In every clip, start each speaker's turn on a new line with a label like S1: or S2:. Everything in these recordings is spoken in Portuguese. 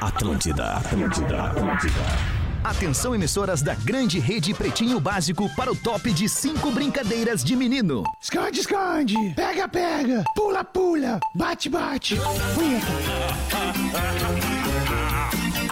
S1: Atlântida, Atlântida, Atlântida. Atenção emissoras da grande rede Pretinho Básico para o top de cinco brincadeiras de menino.
S2: Esconde, esconde. Pega, pega. Pula, pula. Bate, bate.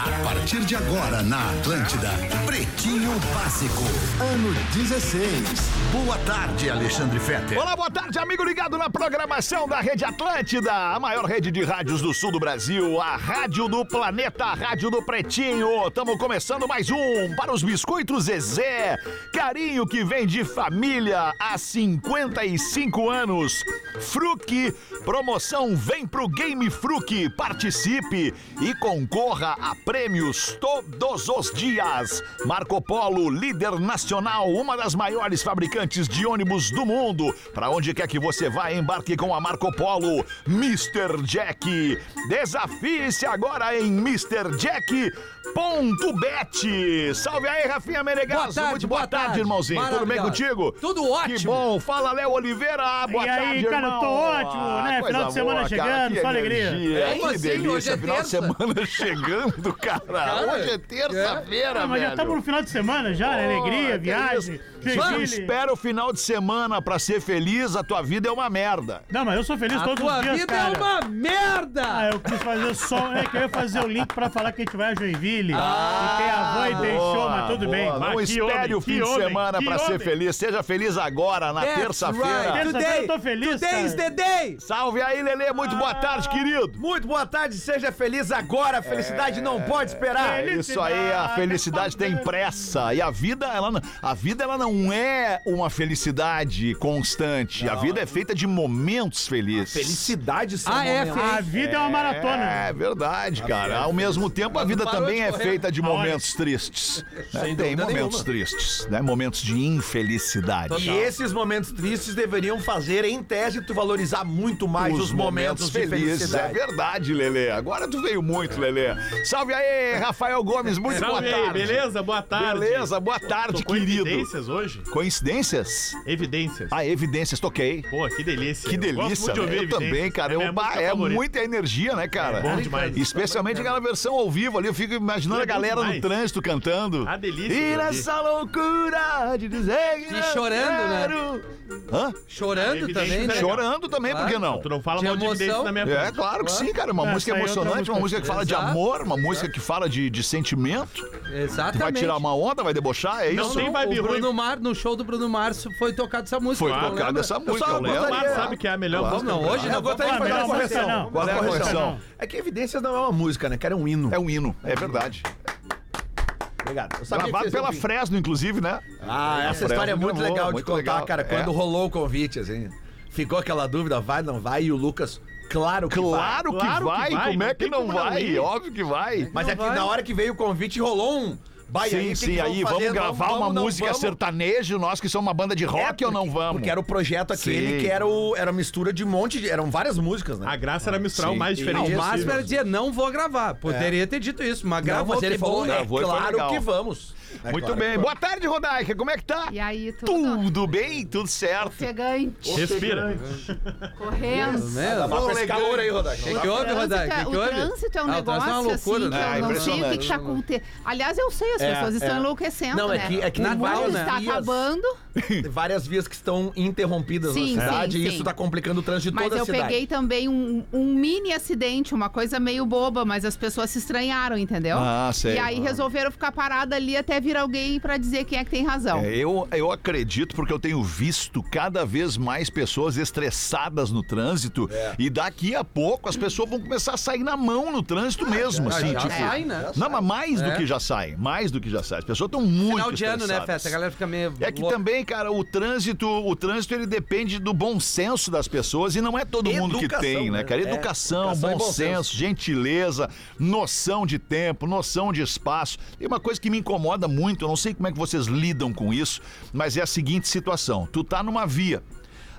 S3: A partir de agora na Atlântida, Pretinho Básico, ano 16. Boa tarde, Alexandre Fetter.
S4: Olá, boa tarde, amigo ligado na programação da Rede Atlântida, a maior rede de rádios do sul do Brasil, a rádio do planeta, a rádio do Pretinho. Estamos começando mais um para os biscoitos Zezé. Carinho que vem de família há 55 anos. Fruc, promoção Vem pro Game Fruc. Participe e concorra a prêmios todos os dias. Marco Polo, líder nacional, uma das maiores fabricantes de ônibus do mundo. Para onde quer que você vá, embarque com a Marco Polo, Mr. Jack. Desafie-se agora em Mr. Jack. Ponto Bet. Salve aí, Rafinha Menegasso.
S5: Boa tarde,
S4: Muito
S5: boa
S4: boa tarde,
S5: tarde.
S4: irmãozinho. Tudo bem
S5: Maravilhoso.
S4: contigo?
S5: Tudo
S4: Que
S5: ótimo.
S4: bom. Fala, Léo Oliveira. Boa
S6: E aí,
S4: tarde,
S6: cara,
S4: irmão.
S6: eu tô ótimo,
S4: Ah,
S6: né?
S4: coisa
S6: Final de semana
S4: boa,
S6: chegando,
S4: que
S6: só alegria.
S4: energia,
S5: É,
S4: que
S5: como assim?
S4: delícia.
S5: Hoje é
S4: Final de
S5: terça.
S4: semana chegando, cara.
S5: Cara,
S4: Hoje é terça-feira,
S6: Ah, mas já
S4: velho.
S6: estamos no final de semana já, né? Alegria,
S4: que
S6: viagem,
S4: isso. Mano,
S6: desfile.
S4: espera o final de semana pra ser feliz, a tua vida é uma merda.
S6: Não, mas eu sou feliz
S5: A
S6: todos os
S5: tua
S6: dias,
S5: vida
S6: cara.
S5: é uma
S6: Ah,
S7: é,
S5: merda!
S6: eu quis fazer só, né? Que eu ia fazer o link pra falar que a gente vai a Joinville.
S4: Ah,
S6: e tem a van e tem
S4: boa,
S6: show, mas tudo
S4: boa.
S6: bem. Mas
S4: Não
S6: que
S4: espere
S6: homem,
S4: o fim
S6: que
S4: de
S6: homem,
S4: semana
S6: que
S4: pra ser
S6: homem.
S4: feliz. Seja feliz agora, na
S5: That's
S4: terça-feira.
S5: right.
S6: Terça-feira
S5: Today,
S6: eu tô feliz,
S5: Today is
S6: cara.
S5: the day!
S4: Salve aí, Lelê. Muito boa tarde, querido.
S7: Muito boa tarde, seja feliz agora. A felicidade não pode esperar.
S4: É isso aí, a felicidade tem pressa. E a vida, ela não, a vida ela não é uma felicidade constante. a vida é feita de momentos felizes.
S7: Felicidade são momentos.
S5: AF,
S6: A vida é uma maratona.
S4: É verdade, cara. Ao mesmo tempo, a vida
S5: parou de
S4: também é
S5: correr.
S4: feita de momentos tristes. né? Tem
S7: dúvida
S4: momentos
S7: nenhuma.
S4: tristes, né? Momentos de infelicidade.
S7: E esses momentos tristes deveriam fazer, em tese, tu valorizar muito mais os, momentos, de
S4: É
S7: felicidade.
S4: verdade, Lelê. Agora tu veio muito, Lelê. Salve aí, Rafael Gomes. Muito
S8: Salve
S4: boa
S8: aí,
S4: tarde.
S8: beleza? Boa tarde.
S4: Beleza, boa
S8: Tô
S4: tarde,
S8: com
S4: querido.
S8: evidências hoje?
S4: Coincidências?
S8: Evidências.
S4: Ah, evidências, toquei.
S8: Pô, que delícia.
S4: Que
S8: Eu gosto
S4: delícia,
S8: muito de
S4: né?
S8: ouvir
S4: Eu também,
S8: Evidências.
S4: cara.
S8: É
S4: É,
S8: minha
S4: um ba-
S8: música
S4: é
S8: favorita.
S4: muita energia, né, cara?
S8: É bom demais.
S4: Especialmente aquela versão ao vivo ali, eu fico imaginando
S8: É
S4: a galera
S8: bom
S4: no
S8: demais.
S4: trânsito cantando.
S8: Ah, delícia,
S4: E
S8: delícia.
S4: nessa loucura de dizer que
S5: E
S4: não
S5: chorando, né?
S4: quero. Hã?
S5: Chorando
S8: Evidências
S5: também,
S8: é
S5: né?
S8: legal.
S4: Chorando também, por que não?
S8: Tu não fala
S5: De
S8: mal de
S5: emoção.
S8: evidências na minha
S4: É,
S8: frente.
S4: claro que sim, cara. Uma
S6: Essa
S4: música
S6: aí é outra
S4: emocionante, uma música que fala de
S5: Exato.
S4: amor, uma música que fala de, de sentimento.
S5: Exatamente.
S4: Vai tirar uma onda, vai debochar, é
S8: Não
S4: isso?
S8: tem vibe
S5: O
S8: ruim.
S5: Bruno Mar, no show do Bruno Mars foi tocado essa música.
S4: Foi
S5: tu
S4: tocada
S5: lembra?
S4: essa música, eu
S7: só
S4: lembro.
S7: gostaria-
S8: Mas sabe que é a melhor
S4: Claro.
S8: música.
S5: Não, hoje
S7: Eu
S5: não.
S7: gostaria de
S6: Não,
S7: fazer uma
S6: não,
S7: correção.
S6: não.
S4: Qual é a
S6: Não,
S4: correção?
S6: não.
S7: É que evidências não é uma música, né? Cara, é um hino.
S4: É um hino, é verdade.
S7: Obrigado. Eu sabia que
S4: Gravado
S7: vocês iam
S4: pela
S7: vir.
S4: Fresno, inclusive, né?
S7: Ah, essa
S4: Fresno
S7: história é muito
S4: gravou,
S7: legal de
S4: muito
S7: contar,
S4: legal.
S7: cara.
S4: É.
S7: Quando rolou o convite, assim, ficou aquela dúvida, vai, não vai? E o Lucas, claro que vai.
S4: Claro que
S8: Claro que
S4: vai,
S8: vai,
S4: como é
S8: não
S4: que
S8: tem
S4: não
S8: como não
S4: vai?
S8: ir.
S4: Óbvio que vai.
S7: Mas
S5: Não
S7: é que
S5: vai.
S7: na hora que veio o convite, rolou um... Vai, o
S4: Sim,
S7: que
S4: sim,
S7: que
S4: aí
S7: fazer?
S4: vamos gravar
S7: Vamos,
S4: uma
S7: não
S4: música
S7: vamos?
S4: sertanejo, nós que somos uma banda de
S7: É,
S4: rock ou não
S7: porque-
S4: vamos?
S7: Porque era o projeto aquele
S4: Sim.
S7: que era, o, era a mistura de um monte de. Eram várias músicas, né?
S8: A graça era misturar
S4: Sim.
S8: o mais
S5: Não,
S8: diferente.
S5: o máximo
S8: possível.
S5: era dizer, não vou gravar. Poderia ter dito isso, mas
S7: Não,
S5: gravou.
S7: mas ele
S5: que
S7: falou,
S5: bom,
S7: é
S5: né?
S4: gravou e foi
S7: claro
S4: legal.
S7: que vamos. É
S4: Muito
S7: claro
S4: bem.
S7: que
S4: Boa tarde, Rodaica, como é que tá?
S9: E aí, tudo
S4: Tudo bem? Tudo certo?
S9: ofegante,
S8: Respira.
S9: correndo.
S5: Né?
S7: vamos. Dá pra esse calor aí, Rodaico.
S5: O que
S9: O
S5: houve, Rodaica?
S9: trânsito, é-
S5: O que
S9: o
S5: houve?
S9: trânsito é um
S5: Ah, o trânsito
S9: negócio
S5: é uma loucura,
S9: assim,
S5: né?
S9: que
S4: É,
S9: eu não sei o que, que tá
S5: impressionante.
S9: acontecendo. Aliás, eu sei, as
S7: É,
S9: pessoas estão
S7: é.
S9: enlouquecendo,
S7: Não, é
S9: né?
S7: que- é que
S9: o
S7: tem
S9: mundo
S5: várias
S9: está
S7: vias.
S9: acabando.
S7: Tem várias vias que estão interrompidas
S9: Sim,
S7: na cidade
S9: sim,
S7: e isso
S9: sim.
S7: tá complicando o trânsito de
S9: Mas
S7: toda a
S9: eu
S7: cidade.
S9: peguei também um, um mini acidente, uma coisa meio boba, mas as pessoas se estranharam, entendeu?
S4: Ah, sei.
S9: E aí resolveram ficar parada ali até vir alguém pra dizer quem é que tem razão.
S4: É, eu, eu acredito porque eu tenho visto cada vez mais pessoas estressadas no trânsito
S7: É.
S4: e daqui a pouco as pessoas vão começar a sair na mão no
S7: Ah,
S4: trânsito mesmo,
S5: já
S4: assim,
S5: já
S4: tipo...
S5: sai, né?
S4: Não, mas mais do
S5: É.
S4: que já sai, mais do que já sai. As pessoas estão muito
S5: Final de ano, né,
S4: estressadas.
S5: Festa? A galera fica meio
S4: É que
S5: louca.
S4: também, cara, o trânsito, o trânsito ele depende do bom senso das pessoas e não é todo mundo que
S7: Educação,
S4: tem, né,
S7: né?
S4: cara?
S7: É,
S4: Educação,
S7: educação
S4: bom,
S7: e bom
S4: senso, gentileza, noção de tempo, noção de espaço. E uma coisa que me incomoda muito, eu não sei como é que vocês lidam com isso, mas é a seguinte situação: tu tá numa via.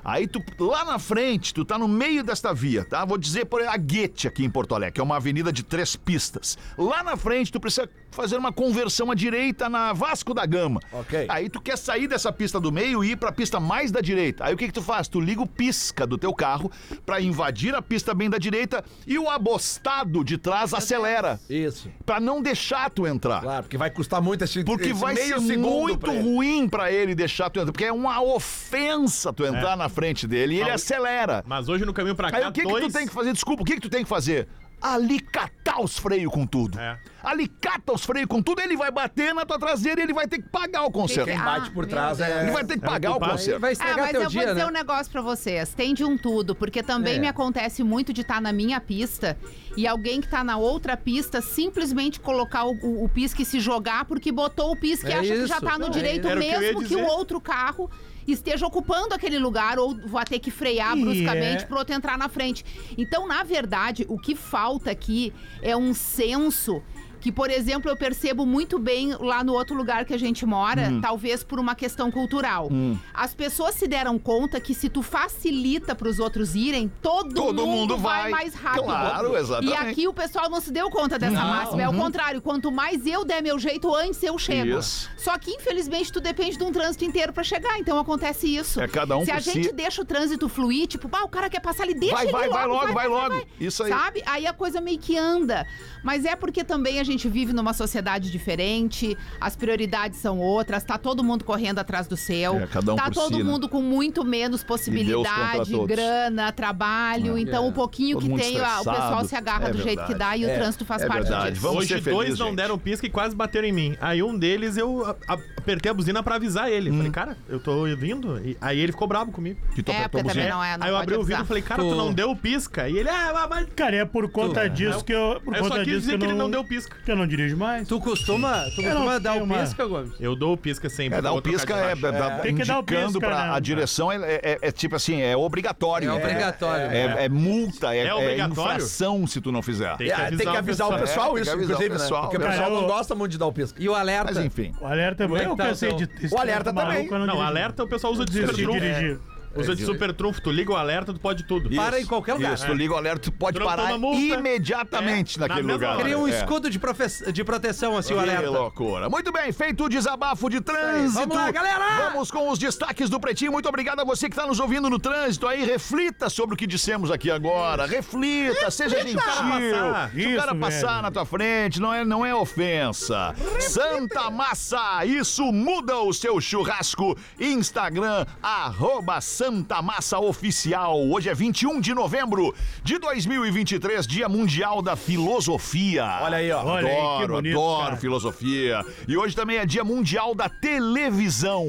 S4: Aí tu, lá na frente, tu tá no meio desta via, tá? Vou dizer por a Guete aqui em Porto Alegre, que é uma avenida de três pistas. Lá na frente, tu precisa fazer uma conversão à direita na Vasco da Gama.
S7: Ok.
S4: Aí tu quer sair dessa pista do meio e ir pra pista mais da direita. Aí o que que tu faz? Tu liga o pisca do teu carro pra invadir a pista bem da direita e o abostado de trás acelera
S7: Isso.
S4: Pra não deixar tu entrar.
S7: Claro, porque vai custar muito esse
S4: Porque
S7: esse
S4: vai ser
S7: meio segundo
S4: muito
S7: pra ele.
S4: ruim pra ele deixar tu entrar, porque é uma ofensa tu
S7: É.
S4: entrar na frente dele e ele
S8: Ah, o-
S4: acelera.
S8: Mas hoje no caminho pra cá,
S4: Aí o que,
S8: dois...
S4: que tu tem que fazer? Desculpa, o que, que tu tem que fazer? Alicatar os freios com tudo.
S8: É.
S4: Alicata os freios com tudo, ele vai bater na tua traseira e ele vai ter que pagar o conserto.
S7: Quem
S9: Ah,
S7: bate por
S9: meu
S7: trás
S9: Deus.
S7: é.
S4: Ele vai ter que
S8: É o
S4: pagar o
S8: culpado.
S4: conserto.
S5: Vai
S9: Ah,
S5: estragar
S9: mas
S5: teu
S9: eu vou
S5: dia,
S9: dizer
S5: né?
S9: um negócio pra vocês. Tem de um tudo, porque também
S7: É.
S9: me acontece muito de estar na minha pista e alguém que tá na outra pista simplesmente colocar o, o, o pisca e se jogar porque botou o pisca e
S5: É
S9: acha que já
S5: isso.
S9: tá no
S5: Não,
S9: direito
S8: era o que eu ia
S9: mesmo que, o
S8: dizer.
S9: um outro carro esteja ocupando aquele lugar ou vai ter que frear
S6: E
S9: bruscamente
S6: é-
S9: pro outro entrar na frente. Então, na verdade, o que falta aqui é um senso que, por exemplo, eu percebo muito bem lá no outro lugar que a gente mora,
S4: Hum.
S9: talvez por uma questão cultural. As pessoas se deram conta que se tu facilita para os outros irem, todo,
S4: Todo mundo vai.
S9: mais rápido.
S4: Claro, exatamente.
S9: E aqui o pessoal não se deu conta dessa máxima.
S4: Uhum.
S9: É o contrário. Quanto mais eu der meu jeito, antes eu chego.
S4: Isso.
S9: Só que, infelizmente, tu depende de um trânsito inteiro para chegar. Então acontece isso.
S4: É cada um
S9: Se a
S4: por si.
S9: gente deixa o trânsito fluir, tipo, "Bah, o cara quer passar ali, deixa
S4: Vai,
S9: ele
S4: vai, vai logo, vai logo. Isso aí.
S9: Sabe? Aí a coisa meio que anda. Mas é porque também a gente vive numa sociedade diferente, as prioridades são outras, tá todo mundo correndo atrás do seu.
S4: É, cada um
S9: tá
S4: por
S9: todo
S4: si, né?
S9: mundo com muito menos
S4: contra
S9: possibilidade,
S4: todos.
S9: grana, trabalho. Então,
S7: é.
S9: o pouquinho
S4: Todo
S9: que
S4: mundo
S9: tem, ah, o pessoal
S4: estressado.
S9: se agarra
S4: É
S9: do jeito que dá e o
S7: É,
S9: trânsito faz
S4: é
S9: parte
S4: verdade.
S9: disso.
S4: Vamos
S8: Hoje
S4: ser felizes,
S8: dois não
S4: gente.
S8: deram pisca e quase bateram em mim. Aí um deles eu a- a- apertei a buzina pra avisar ele. Falei, cara, eu tô vindo. E- aí ele ficou brabo comigo.
S4: Hum. Que tu
S9: É,
S4: apertou
S9: porque
S4: a buzina.
S9: também não é. Não
S8: aí eu
S9: pode
S8: abri o vidro
S9: avisar.
S8: e falei, cara, tu...
S5: Tu-
S8: não deu pisca. E ele, ah, mas.
S6: Cara, é por conta disso que eu. Por
S8: Eu
S6: conta
S8: só quis
S6: disso
S8: dizer
S6: eu
S8: que ele não deu pisca.
S6: Que eu não dirijo mais.
S5: Tu costuma, tu
S6: Eu não
S5: costuma dar
S6: tenho
S5: o
S6: uma-
S5: pisca, Gomes?
S8: Eu dou o pisca sempre.
S4: É, dar
S8: eu
S4: o
S8: vou trocar
S4: pisca
S8: de
S4: é,
S8: faixa.
S4: dá-
S6: Tem que dar o
S4: indicando
S6: pisca,
S4: pra
S6: né?
S4: a direção é, é- é tipo assim, é obrigatório.
S5: É obrigatório.
S4: É, é multa, é,
S8: É
S4: é
S8: obrigatório?
S4: infração se tu não fizer.
S8: Tem
S7: É, Tem que avisar o pessoal,
S4: É, tem que
S7: isso,
S4: avisar o
S7: inclusive, né?
S4: pessoal,
S7: Porque o
S4: né?
S7: pessoal
S6: Cara,
S7: não
S6: eu-
S7: gosta muito de dar o pisca.
S5: E o alerta?
S4: Mas enfim.
S6: O alerta
S5: Como é
S6: também.
S5: que
S6: Eu
S5: tá,
S6: cansei de.
S5: então?
S6: esse
S7: O alerta
S6: maluco,
S7: também.
S6: eu
S8: Não,
S6: dirijo.
S8: alerta o pessoal usa de super
S6: Desisti de dirigir.
S8: trunfo. Usa de super trunfo. Tu liga o alerta, tu pode tudo.
S5: Para em qualquer lugar.
S4: Isso, tu liga o alerta, tu pode
S8: Trocou
S4: parar
S8: uma multa.
S4: imediatamente
S8: É,
S4: naquele
S8: na mesma
S4: lugar.
S8: hora.
S5: Cria um
S4: É.
S5: escudo de, profe- de proteção, assim, o
S4: Que
S5: alerta.
S4: loucura. Muito bem, feito o desabafo de trânsito.
S5: Vamos lá, galera!
S4: Vamos com os destaques do Pretinho. Muito obrigado a você que está nos ouvindo no trânsito aí. Reflita sobre o que dissemos aqui agora. Reflita, seja gentil.
S8: passar.
S4: Se o
S6: Isso,
S4: cara passar
S6: velho.
S4: na tua frente, não é, não é ofensa. Santa Massa, isso muda o seu churrasco. Instagram, arroba Santa Massa Oficial. Hoje é 21 de novembro de 2023, Dia Mundial da Filosofia.
S7: Olha aí, ó.
S6: Olha aí, que
S4: Adoro,
S6: bonito,
S4: adoro
S6: cara.
S4: filosofia. E hoje também é Dia Mundial da Televisão.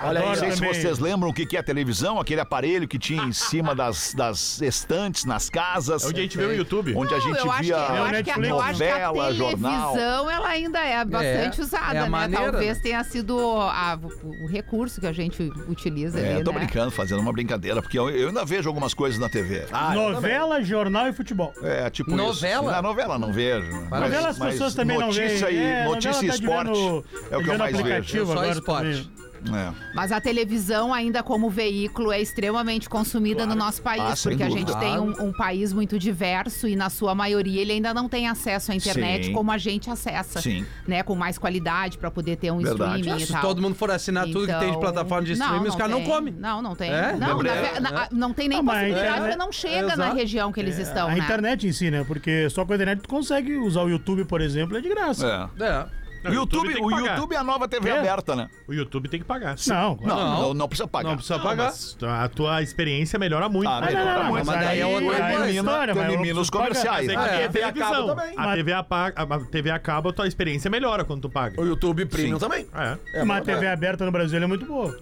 S7: Olha
S4: Não
S7: aí,
S6: Adoro
S4: sei
S7: ó.
S4: se
S6: também.
S4: vocês lembram o que que é televisão, aquele aparelho que tinha em cima das, das estantes, nas casas.
S8: É onde a gente vê no YouTube.
S4: Onde a
S9: Não,
S4: gente
S9: eu acho que-
S4: via
S9: eu acho que, a- eu acho que a
S4: novela, jornal.
S9: televisão ela ainda é bastante
S5: É,
S9: usada,
S5: é a
S9: né?
S5: maneira,
S9: Talvez tenha sido a- o, o recurso que a gente utiliza
S4: É,
S9: ali,
S4: eu tô
S9: né?
S4: brincando, fazendo uma brincadeira, porque eu, eu ainda vejo algumas coisas na TV.
S7: Ah, eu também.
S6: Novela, jornal e futebol.
S4: É, tipo
S5: Novela?
S4: isso. Na novela não vejo. né? Mas-
S6: Novela as
S4: mas
S6: pessoas também não veem.
S4: notícia E,
S6: É,
S4: notícia e
S6: novela tá
S4: esporte
S6: de ver
S4: é o que
S6: de
S4: eu
S6: ver no
S4: mais vejo.
S6: aplicativo
S5: Eu só
S6: agora
S5: esporte.
S6: também.
S4: É.
S9: Mas a televisão, ainda como veículo, é extremamente consumida no nosso país,
S4: Ah, sem
S9: porque a
S4: dúvida.
S9: gente tem um, um país muito diverso e, na sua maioria, ele ainda não tem acesso à internet
S4: Sim.
S9: como a gente acessa,
S4: Sim.
S9: né? Com mais qualidade para poder ter um
S4: Verdade.
S9: streaming e
S5: Se
S9: tal.
S5: todo mundo for assinar tudo que tem de
S9: Então,
S5: plataforma de streaming, os caras não
S9: tem.
S5: comem.
S9: Não, não tem.
S5: É?
S9: Não,
S5: Lembra?
S9: na ve- na-
S4: né?
S5: É.
S9: não tem nem
S6: Ah, mas a
S9: possibilidade,
S6: internet-
S9: porque não chega
S5: é,
S9: na
S5: exato.
S9: região que eles
S5: Então,
S9: estão,
S6: A
S9: né?
S6: internet em si, né? Porque só com a internet tu consegue usar o YouTube, por exemplo, é de graça.
S4: É.
S5: É.
S8: Não,
S4: O YouTube,
S8: tem que
S4: o
S8: pagar.
S4: YouTube é a nova TV
S6: É.
S4: aberta, né?
S8: O YouTube tem que pagar.
S6: Não,
S4: Não,
S5: Não.
S4: não, não precisa pagar.
S5: Não precisa pagar.
S8: Ah, Mas a tua experiência melhora muito.
S4: Ah,
S8: né?
S4: melhora
S6: não, não,
S4: muito.
S5: mas daí é outra
S4: tu
S5: coisa.
S4: elimina,
S6: História,
S4: tu
S6: mas é eu
S4: elimina
S6: preciso
S4: os comerciais.
S8: Tem que
S4: né?
S8: ter
S5: É.
S8: TV a
S7: Cabo
S8: televisão.
S7: também.
S8: A TV, apaga, a TV a cabo, a tua experiência melhora quando tu paga.
S7: O YouTube Premium também.
S8: É.
S7: É,
S6: mas a
S7: bom,
S6: TV
S7: né?
S6: aberta no Brasil ela é muito boa.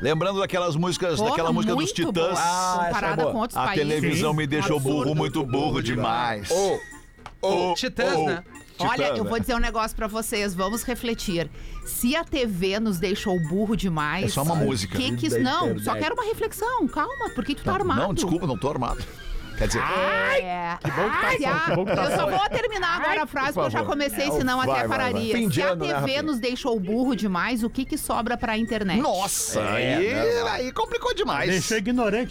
S4: Lembrando daquelas músicas,
S9: Porra,
S4: daquela música dos
S9: muito
S4: Titãs.
S9: boa.
S7: Ah, essa é
S9: Comparada
S7: boa.
S9: com outros
S4: A
S9: países.
S4: televisão me deixou
S9: Absurdo.
S4: burro, muito burro demais.
S7: Ô,
S4: Oh,
S5: Titãs, né?
S9: Olha,
S4: Titãs,
S9: eu vou
S4: né?
S9: dizer um negócio pra vocês, vamos refletir. Se a TV nos deixou burro demais.
S4: É só uma música.
S9: Que que isso- não, só quero uma reflexão, calma, porque tu tá armado.
S4: Não, desculpa, não tô armado. Quer dizer,
S9: É. Ai, ah, eu só vou terminar agora a frase, porque eu já comecei, senão
S7: vai,
S9: até
S7: vai, vai.
S9: pararia.
S7: Fim de
S9: Se a
S7: ano, né,
S9: TV
S7: Rafinha?
S9: nos deixou burro demais, o que que sobra pra internet?
S4: nossa, aí, aí complicou demais.
S6: Deixou ignorante.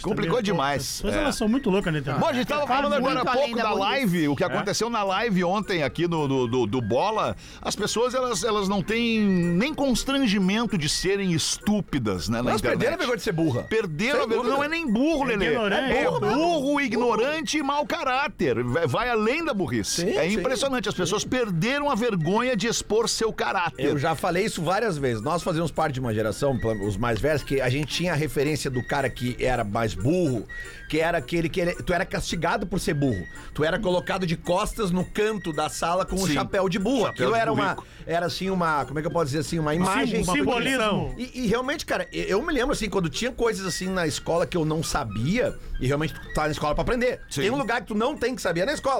S4: É Complicou
S6: também.
S4: demais,
S6: As pessoas
S4: é.
S6: elas são muito loucas
S4: Bom, a
S6: na internet.
S4: gente tava
S9: Tá
S4: falando agora há
S9: muito além
S4: pouco
S9: da
S4: da
S9: burrice.
S4: live, o que aconteceu na live ontem aqui no, do, do- do Bola. As pessoas, elas, elas não têm nem constrangimento de serem estúpidas, né, na
S7: Nós
S4: internet.
S7: perderam a vergonha de ser burra.
S4: Perderam,
S7: Sem
S4: velho.
S7: dúvida.
S4: não é nem burro, Lelê.
S6: ignorante.
S4: É
S6: É
S4: burro, ignorante e mau caráter. Vai- Vai além da burrice.
S7: Sim,
S4: é
S7: sim.
S4: impressionante. As pessoas perderam a vergonha de expor seu caráter.
S7: Eu já falei isso várias vezes. Nós fazíamos parte de uma geração, pelo- os mais velhos, que a gente tinha a referência do cara que era mais burro, que era aquele que ele- tu era castigado por ser burro. Tu era colocado de costas no canto da sala com um
S4: Sim.
S7: chapéu de burro. Aquilo
S4: de
S7: era uma
S4: burrico.
S7: era assim uma, como é que eu posso dizer assim, uma imagem,
S6: Um simbolismo.
S7: E, e realmente, cara, e- eu me lembro assim, quando tinha coisas assim na escola que eu não sabia, e realmente tu tá na escola pra aprender.
S4: Sim.
S7: Tem um lugar que tu não tem que saber é na escola.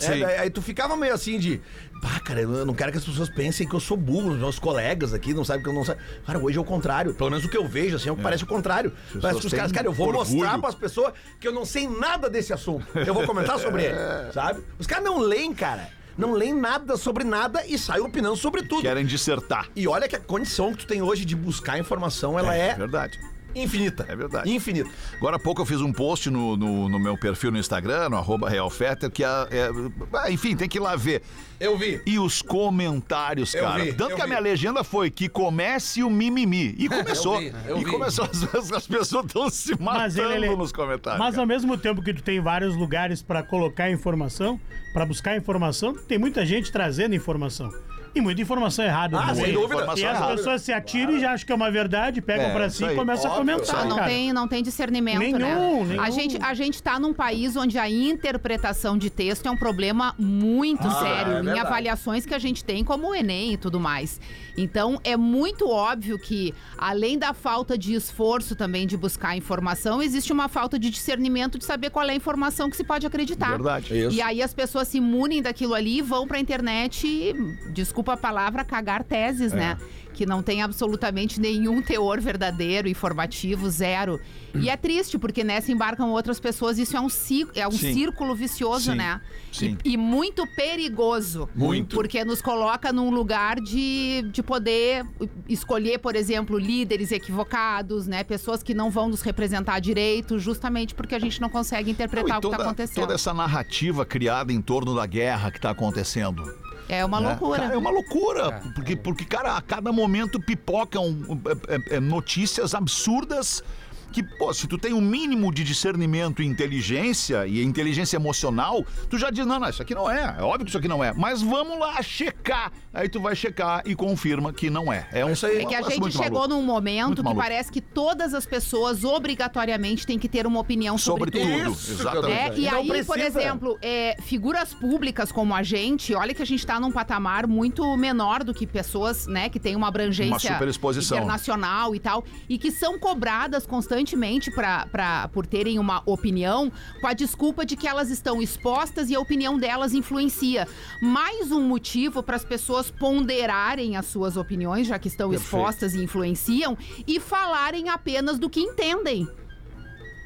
S7: né?
S4: Sim.
S7: Daí- aí tu ficava meio assim de. Pá, cara, eu não quero que as pessoas pensem que eu sou burro, os meus colegas aqui não sabem que eu não sei. Cara, hoje é o contrário. Pelo menos o que eu vejo, assim, é o que parece o contrário. Parece que os
S4: têm
S7: caras, cara, eu vou
S4: orgulho.
S7: mostrar pras pessoas que eu não sei nada desse assunto. Eu vou comentar sobre ele, sabe? Os caras não leem, cara. Não leem nada sobre nada e saem opinando sobre tudo.
S4: Querem dissertar.
S7: E olha que a condição que tu tem hoje de buscar informação, ela é,
S4: verdade.
S7: infinita.
S4: É verdade.
S7: Infinita.
S4: Agora há pouco eu fiz um post no, no, no meu perfil no Instagram, no arroba RealFetter, que a- é- ah, enfim, tem que ir lá ver.
S7: Eu vi.
S4: E os comentários,
S7: Eu
S4: cara.
S7: vi,
S4: Tanto
S7: eu
S4: que a
S7: vi.
S4: minha legenda foi que comece o mimimi. E começou.
S7: vi, eu
S4: e
S7: vi.
S4: começou, as, as- as pessoas estão se
S6: Mas
S4: matando
S6: ele- ele-
S4: nos comentários.
S6: Mas
S4: cara.
S6: ao mesmo tempo que tu tem vários lugares pra colocar informação, pra buscar informação, tem muita gente trazendo informação. E muita informação errada.
S7: Ah,
S6: também.
S7: sem dúvida.
S6: E
S4: Informação
S6: as
S4: errada.
S6: pessoas se atiram e já acham que é uma verdade, pegam
S4: É,
S6: pra
S4: isso
S6: si
S4: aí.
S6: e começam a
S7: Óbvio,
S6: comentar,
S9: Ah, não,
S6: cara.
S9: tem, não tem discernimento, né?
S6: Nenhum, nenhum.
S9: A gente, a gente tá num país onde a interpretação de texto é um problema muito sério, em
S7: verdade.
S9: avaliações que a gente tem, como o Enem e tudo mais. Então, é muito óbvio que, além da falta de esforço também de buscar informação, existe uma falta de discernimento de saber qual é a informação que se pode acreditar.
S4: Verdade.
S7: Isso.
S9: E aí as pessoas se imunem daquilo ali e vão pra internet, e, desculpa a palavra, cagar
S4: É.
S9: teses, né? Que não tem absolutamente nenhum teor verdadeiro, informativo, zero. E é triste, porque nessa embarcam outras pessoas, isso é um, ci- é um
S4: Sim.
S9: círculo vicioso,
S4: Sim.
S9: né?
S4: Sim.
S9: E, e muito perigoso.
S7: Muito.
S9: Porque nos coloca num lugar de, de poder escolher, por exemplo, líderes equivocados, né? Pessoas que não vão nos representar direito, justamente porque a gente não consegue
S4: Não,
S9: interpretar
S4: e
S9: o que
S4: toda,
S9: está acontecendo.
S4: toda essa narrativa criada em torno da guerra que está acontecendo.
S9: É uma
S4: né?
S9: loucura.
S4: Cara, É uma loucura. Porque, porque, cara, a cada momento pipocam um, é, é, é, notícias absurdas que, pô, se tu tem um mínimo de discernimento e inteligência, e inteligência emocional, tu já diz, não, não, isso aqui não é. É óbvio que isso aqui não é. Mas vamos lá checar. Aí tu vai checar e confirma que não é. É, um,
S7: isso aí.
S9: É que a
S4: uma-
S9: gente
S4: muito
S9: chegou
S4: maluco.
S9: num momento
S4: Muito
S9: que
S4: maluco.
S9: parece que todas as pessoas obrigatoriamente têm que ter uma opinião
S4: Sobre
S9: sobre, tudo.
S4: tudo, né?
S7: Isso,
S4: exatamente.
S9: É, e
S7: Não
S9: aí, por
S7: precisa.
S9: exemplo, é, figuras públicas como a gente, olha que a gente tá num patamar muito menor do que pessoas, né, que tem uma abrangência
S4: Uma superexposição.
S9: internacional e tal, e que são cobradas constantemente pra, pra, por terem uma opinião, com a desculpa de que elas estão expostas e a opinião delas influencia. Mais um motivo para as pessoas ponderarem as suas opiniões, já que estão expostas e influenciam, e falarem apenas do que entendem.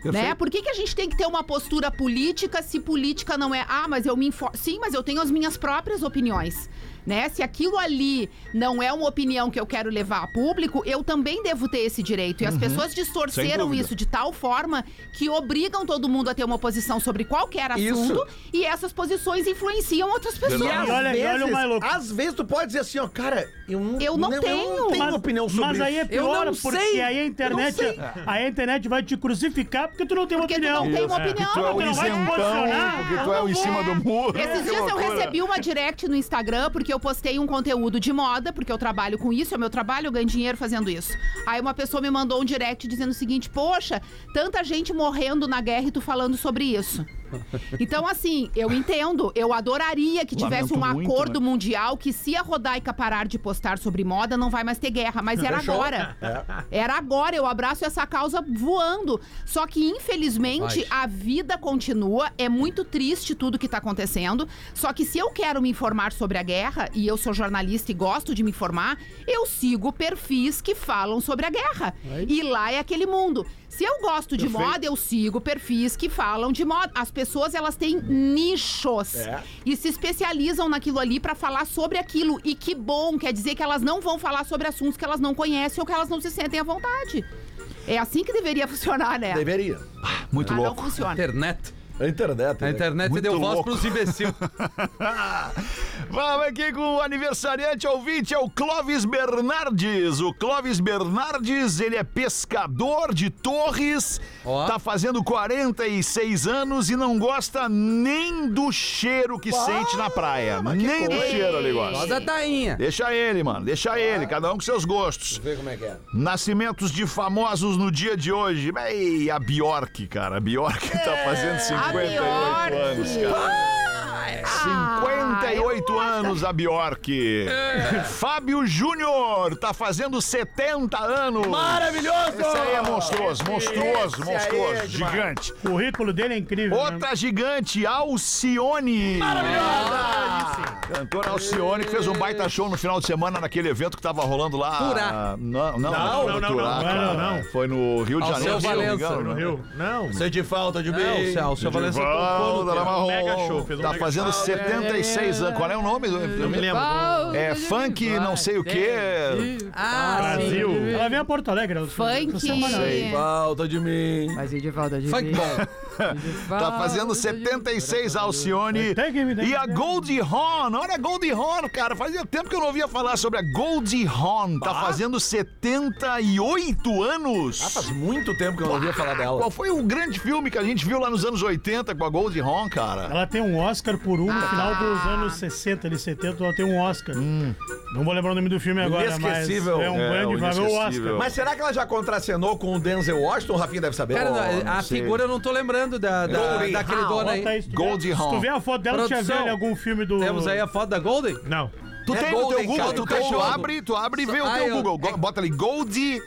S9: Né? Por que, que a gente tem que ter uma postura política se política não é. Ah, mas eu me informo. Sim, mas eu tenho as minhas próprias opiniões. Né? Se aquilo ali não é uma opinião que eu quero levar a público, eu também devo ter esse direito. E as pessoas distorceram
S4: dúvida.
S9: isso de tal forma que obrigam todo mundo a ter uma posição sobre qualquer
S7: Isso.
S9: assunto e essas posições influenciam outras pessoas.
S7: E
S6: E olha-
S7: às
S6: e olha o
S7: vezes,
S6: mais
S4: Ah,
S6: louco.
S7: às vezes tu pode dizer assim, ó, cara, eu não,
S9: Eu não
S7: Eu não
S9: tenho.
S7: tenho
S6: Mas-
S7: opinião sobre
S6: Mas aí é
S7: isso. Eu
S6: pior,
S7: não
S6: porque
S7: sei.
S6: aí a
S7: Eu não
S6: internet,
S7: sei.
S6: aí a internet vai te crucificar porque tu não tem uma
S9: Porque tu
S6: opinião.
S9: não tem uma
S6: É.
S9: opinião.
S4: Tu é o
S6: Não, mas vai te
S4: isentão,
S6: posicionar.
S4: porque tu é o em cima do muro.
S9: Esses
S4: Que
S9: dias eu
S4: loucura.
S9: recebi uma direct no Instagram porque eu postei um conteúdo de moda, porque eu trabalho com isso, é meu trabalho, eu ganho dinheiro fazendo isso. Aí uma pessoa me mandou um direct dizendo o seguinte: Poxa, tanta gente morrendo na guerra e tu falando sobre isso. Então, assim, eu entendo. Eu adoraria que tivesse
S4: Lamento
S9: um
S4: muito, né?
S9: acordo mundial que se a Rodaica parar de postar sobre moda, não vai mais ter guerra. Mas era
S7: Fechou.
S9: agora. Era agora. Eu abraço essa causa voando. Só que, infelizmente, a vida continua. É muito triste tudo que tá acontecendo. Só que se eu quero me informar sobre a guerra, e eu sou jornalista e gosto de me informar, eu sigo perfis que falam sobre a guerra. E lá é aquele mundo. Se eu gosto de moda, eu sigo perfis que falam de moda. As pessoas, elas têm nichos.
S7: É.
S9: E se especializam naquilo ali pra falar sobre aquilo. E que bom, quer dizer que elas não vão falar sobre assuntos que elas não conhecem ou que elas não se sentem à vontade. É assim que deveria funcionar, né?
S7: Deveria.
S4: Muito
S9: Mas não
S4: louco.
S9: funciona.
S5: Internet.
S7: A internet.
S5: A
S7: né?
S5: internet
S4: Muito
S5: deu voz
S4: louco.
S5: pros imbecil.
S4: Vamos aqui com o aniversariante ouvinte, é o Clóvis Bernardes. O Clóvis Bernardes, ele é pescador de Torres,
S5: Ó.
S4: tá fazendo 46 anos e não gosta nem do cheiro que sente na praia. Nem do
S9: coisa.
S4: cheiro ele gosta.
S5: Voz da tainha.
S4: Deixa ele, mano, deixa ele, cada um com seus gostos.
S7: Vê como é que é.
S4: Nascimentos de famosos no dia de hoje. Ei, a Bjork, cara. A Bjork tá
S7: É,
S4: fazendo 58
S9: Bjork.
S4: anos, cara.
S9: Ah,
S4: 58
S8: Ah,
S4: anos a Bjork.
S8: É.
S4: Fábio Júnior tá fazendo 70 anos.
S7: Maravilhoso!
S4: Esse aí é monstruoso, monstruoso,
S7: Esse aí
S4: monstruoso,
S7: é demais.
S4: gigante.
S8: Uhum.
S6: O currículo dele é incrível. né?
S4: Outra gigante, Alcione. Ah, Maravilhosa! Cantora Alcione que fez um baita show no final de semana naquele evento que tava rolando lá.
S5: Turá.
S4: Não, não, não,
S7: Não,
S4: foi Turá,
S8: não, não, não,
S4: cara.
S8: não, não.
S4: Foi no Rio de Janeiro,
S5: Alceu
S4: se eu não me
S5: Valença,
S4: engano.
S5: no Rio.
S8: Não,
S7: Sente falta de
S5: Não, o Celso, o Celso Valença tocou no
S4: Valda
S5: tema.
S4: Marrom.
S8: Mega show, fez um
S4: tá
S8: mega
S4: fazendo 76 anos. Qual é o nome? do-
S8: eu me lembro.
S4: É funk, não sei o quê.
S5: Ah, sim.
S8: Brasil.
S6: Ela vem a Porto Alegre. ela-
S9: Funk.
S6: Essa é uma-
S7: Falta de mim.
S10: Mas e de falta de
S5: Funk
S10: mim?
S5: bom.
S4: Tá fazendo 76 Alcione.
S6: Tem que me dar-
S4: E a Goldie Hawn, olha a Goldie Hawn, cara. Fazia tempo que eu não ouvia falar sobre a Goldie Hawn. Tá fazendo 78
S7: Ah, faz
S4: anos.
S7: muito tempo que eu não ouvia falar dela.
S4: Qual foi o grande filme que a gente viu lá nos anos 80 com a Goldie Hawn, cara?
S6: Ela tem um Oscar por um
S5: Ah.
S6: no final dos anos 60, ali 70, ela tem um Oscar. Não vou lembrar o nome do filme agora, mas é
S7: Inesquecível.
S6: um
S4: É, o
S6: grande valor
S4: Inesquecível.
S6: Oscar.
S7: Mas será que ela já contracenou com o Denzel Washington? O Rafinha deve saber.
S5: Cara,
S7: Oh,
S5: não, é, a
S4: não sei.
S5: figura eu não tô lembrando da, da,
S7: Golden
S5: daquele
S7: Hawn.
S5: dono
S6: Bota aí,
S5: aí.
S6: se tu
S4: Goldie
S6: ver- Se
S4: Hawn.
S6: tu ver a foto dela, tu já
S5: Produção.
S6: viu em algum filme do...
S5: Temos aí a foto da Golden?
S8: Não.
S4: Tu
S5: É
S4: tem no teu
S5: Golden,
S4: Google,
S5: cara,
S4: tu,
S5: do
S4: tem- tu
S5: cachorro.
S4: abre, tu abre e vê o
S5: Ah,
S4: teu
S5: eu-
S4: Google. Go-
S5: é-
S4: Bota ali, Goldie,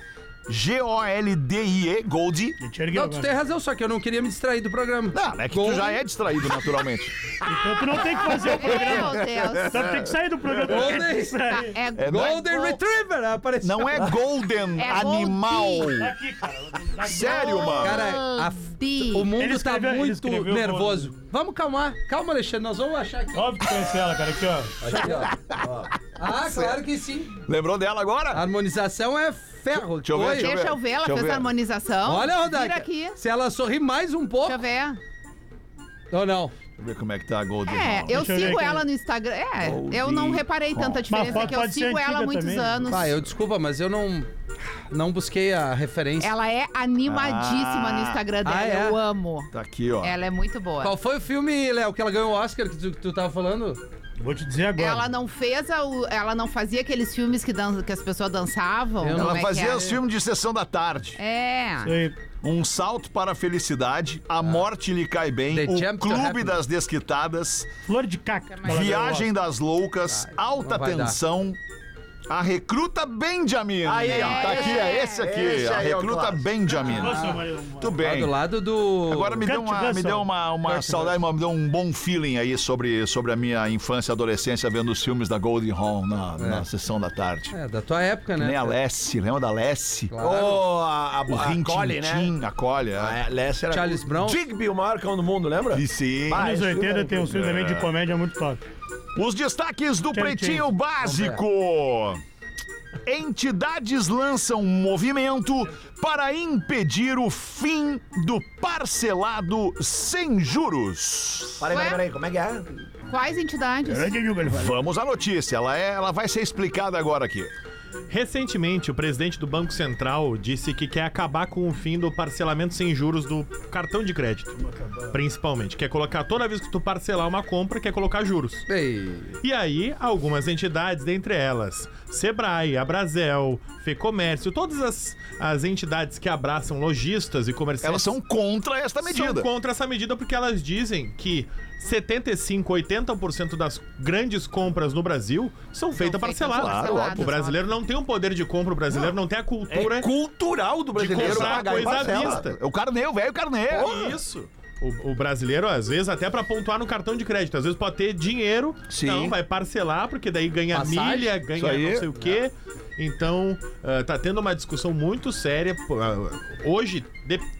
S4: G-O-L-D-I-E, Goldie.
S6: Enxerguei
S5: Não, tu tem
S6: agora.
S5: razão, só que eu não queria me distrair do programa.
S4: Não, é que tu
S5: Golden-
S4: já é distraído naturalmente.
S6: Então tu não tem que fazer o programa.
S9: Meu Deus.
S6: Então tu tem que sair do programa. tu tem que sair.
S9: É,
S4: É, não, é,
S5: Golden Retriever apareceu.
S4: não é Golden
S9: É
S4: Animal.
S9: Goldie.
S6: Tá aqui, cara.
S4: Sério, mano.
S5: Cara, a-
S9: Golden.
S5: o mundo
S6: Ele escreveu-
S5: tá
S6: ele
S5: muito
S6: escreveu
S5: nervoso. Vamos calmar. Calma, Alexandre, nós vamos achar aqui.
S6: Óbvio que conhece ela, cara. Aqui, ó.
S5: Aqui, ó. Ah, claro que sim.
S4: Lembrou dela agora?
S5: A harmonização é ferro.
S4: Deixa eu ver,
S5: Oi.
S4: deixa eu
S9: Deixa eu ver, ela
S4: Deixa eu
S9: fez
S4: ver.
S9: a harmonização.
S5: Olha, Rodaica.
S9: Vira aqui.
S5: Se ela sorrir mais um
S9: Deixa eu
S5: pouco.
S9: ver.
S5: Ou não?
S4: Deixa eu ver como é que tá a Golden
S9: É,
S4: Hawn.
S9: eu
S6: Deixa eu ver
S9: sigo
S6: aqui.
S9: ela no Instagram. É, eu não reparei tanta diferença,
S6: Mas
S9: é que eu
S6: pode ser
S9: sigo ela há
S6: antiga
S9: muitos
S6: também, né?
S9: anos.
S5: Pai, eu desculpa, mas eu não. Não busquei a referência.
S9: Ela é animadíssima
S4: Ah.
S9: no Instagram dela,
S5: Ah, é?
S9: eu amo.
S4: Tá aqui, ó.
S9: Ela é muito boa.
S5: Qual foi o filme, Léo, que ela ganhou o Oscar que tu, que tu tava falando?
S6: Vou te dizer agora.
S9: Ela não fez, a- o- ela não fazia aqueles filmes que, dan- que as pessoas dançavam.
S5: Eu não-
S9: Como
S4: Ela
S9: é que
S4: fazia
S9: era?
S4: os filmes de sessão da tarde.
S9: É.
S6: Sei.
S4: Um salto para a felicidade, a morte lhe cai bem,
S5: The
S4: o
S5: Jump to
S4: clube
S5: Happiness.
S4: das desquitadas,
S6: Flor de caca. Ela
S4: viagem das loucas, alta
S5: não vai dar.
S4: tensão. A recruta Benjamin.
S7: Aí, ó.
S4: Tá aqui, é esse aqui.
S7: Esse
S4: a
S7: aí é o
S4: recruta
S7: clássico.
S4: Benjamin.
S6: ganhou. Nossa, Maria, uma-
S4: Muito
S5: Lá
S4: bem.
S5: Ah, do lado do.
S4: Agora me deu
S6: Kurt
S4: uma, me
S6: Russell.
S4: deu uma, uma saudade, me deu um bom feeling aí sobre, sobre a minha infância e adolescência vendo os filmes da Golden Hawn na, na sessão da tarde.
S5: É, da tua época, né?
S4: Nem a Lessie, lembra da Lessie?
S5: Claro. Ah,
S7: Oh, a, a,
S4: O
S7: a
S4: Rin
S7: Colin, né?
S4: Tin Tin, a Collie, é.
S7: A Lessa era...
S5: Charles Brown.
S7: Digby, o maior cão do mundo, lembra?
S5: é.
S4: E sim.
S7: Vai.
S6: Anos
S7: Ah,
S6: 80 tem um filme
S4: é.
S6: também de comédia muito top.
S4: Os destaques do
S6: Tchau,
S4: Pretinho
S6: tchau.
S4: Básico. Entidades lançam movimento para impedir o fim do parcelado sem juros.
S7: Peraí, peraí,
S9: Ué?
S7: peraí, como é que é?
S9: Quais entidades?
S4: Vamos à notícia, ela, é, ela vai ser explicada agora aqui.
S8: Recentemente, o presidente do Banco Central disse que quer acabar com o fim do parcelamento sem juros do cartão de crédito. Principalmente. Quer colocar, toda vez que tu parcelar uma compra, quer colocar juros.
S5: Ei,
S8: E aí, algumas entidades, dentre elas Sebrae, Abrazel, Fecomércio, todas as, as entidades que abraçam lojistas e comerciantes.
S4: Elas são contra esta medida.
S8: São contra essa medida porque elas dizem que 75, 80% das grandes compras no Brasil são feitas
S9: feitas
S8: parceladas.
S9: parceladas, Claro, óbvio.
S8: o brasileiro não tem um poder de compra, o brasileiro não, tem a cultura
S7: É cultural do
S8: de
S7: brasileiro
S8: comprar
S7: pagar em
S8: coisa à
S7: parcela.
S8: vista.
S4: É O carneiro, velho carneiro.
S8: Isso. O, o brasileiro, às vezes, até pra pontuar no cartão de crédito. Às vezes pode ter dinheiro,
S4: Sim.
S8: não, vai parcelar, porque daí ganha
S5: Passagem.
S8: milha,
S4: Isso
S8: ganha
S4: aí. É.
S8: não sei o quê. Então, ah, tá tendo uma discussão muito séria. pô, ah, Hoje,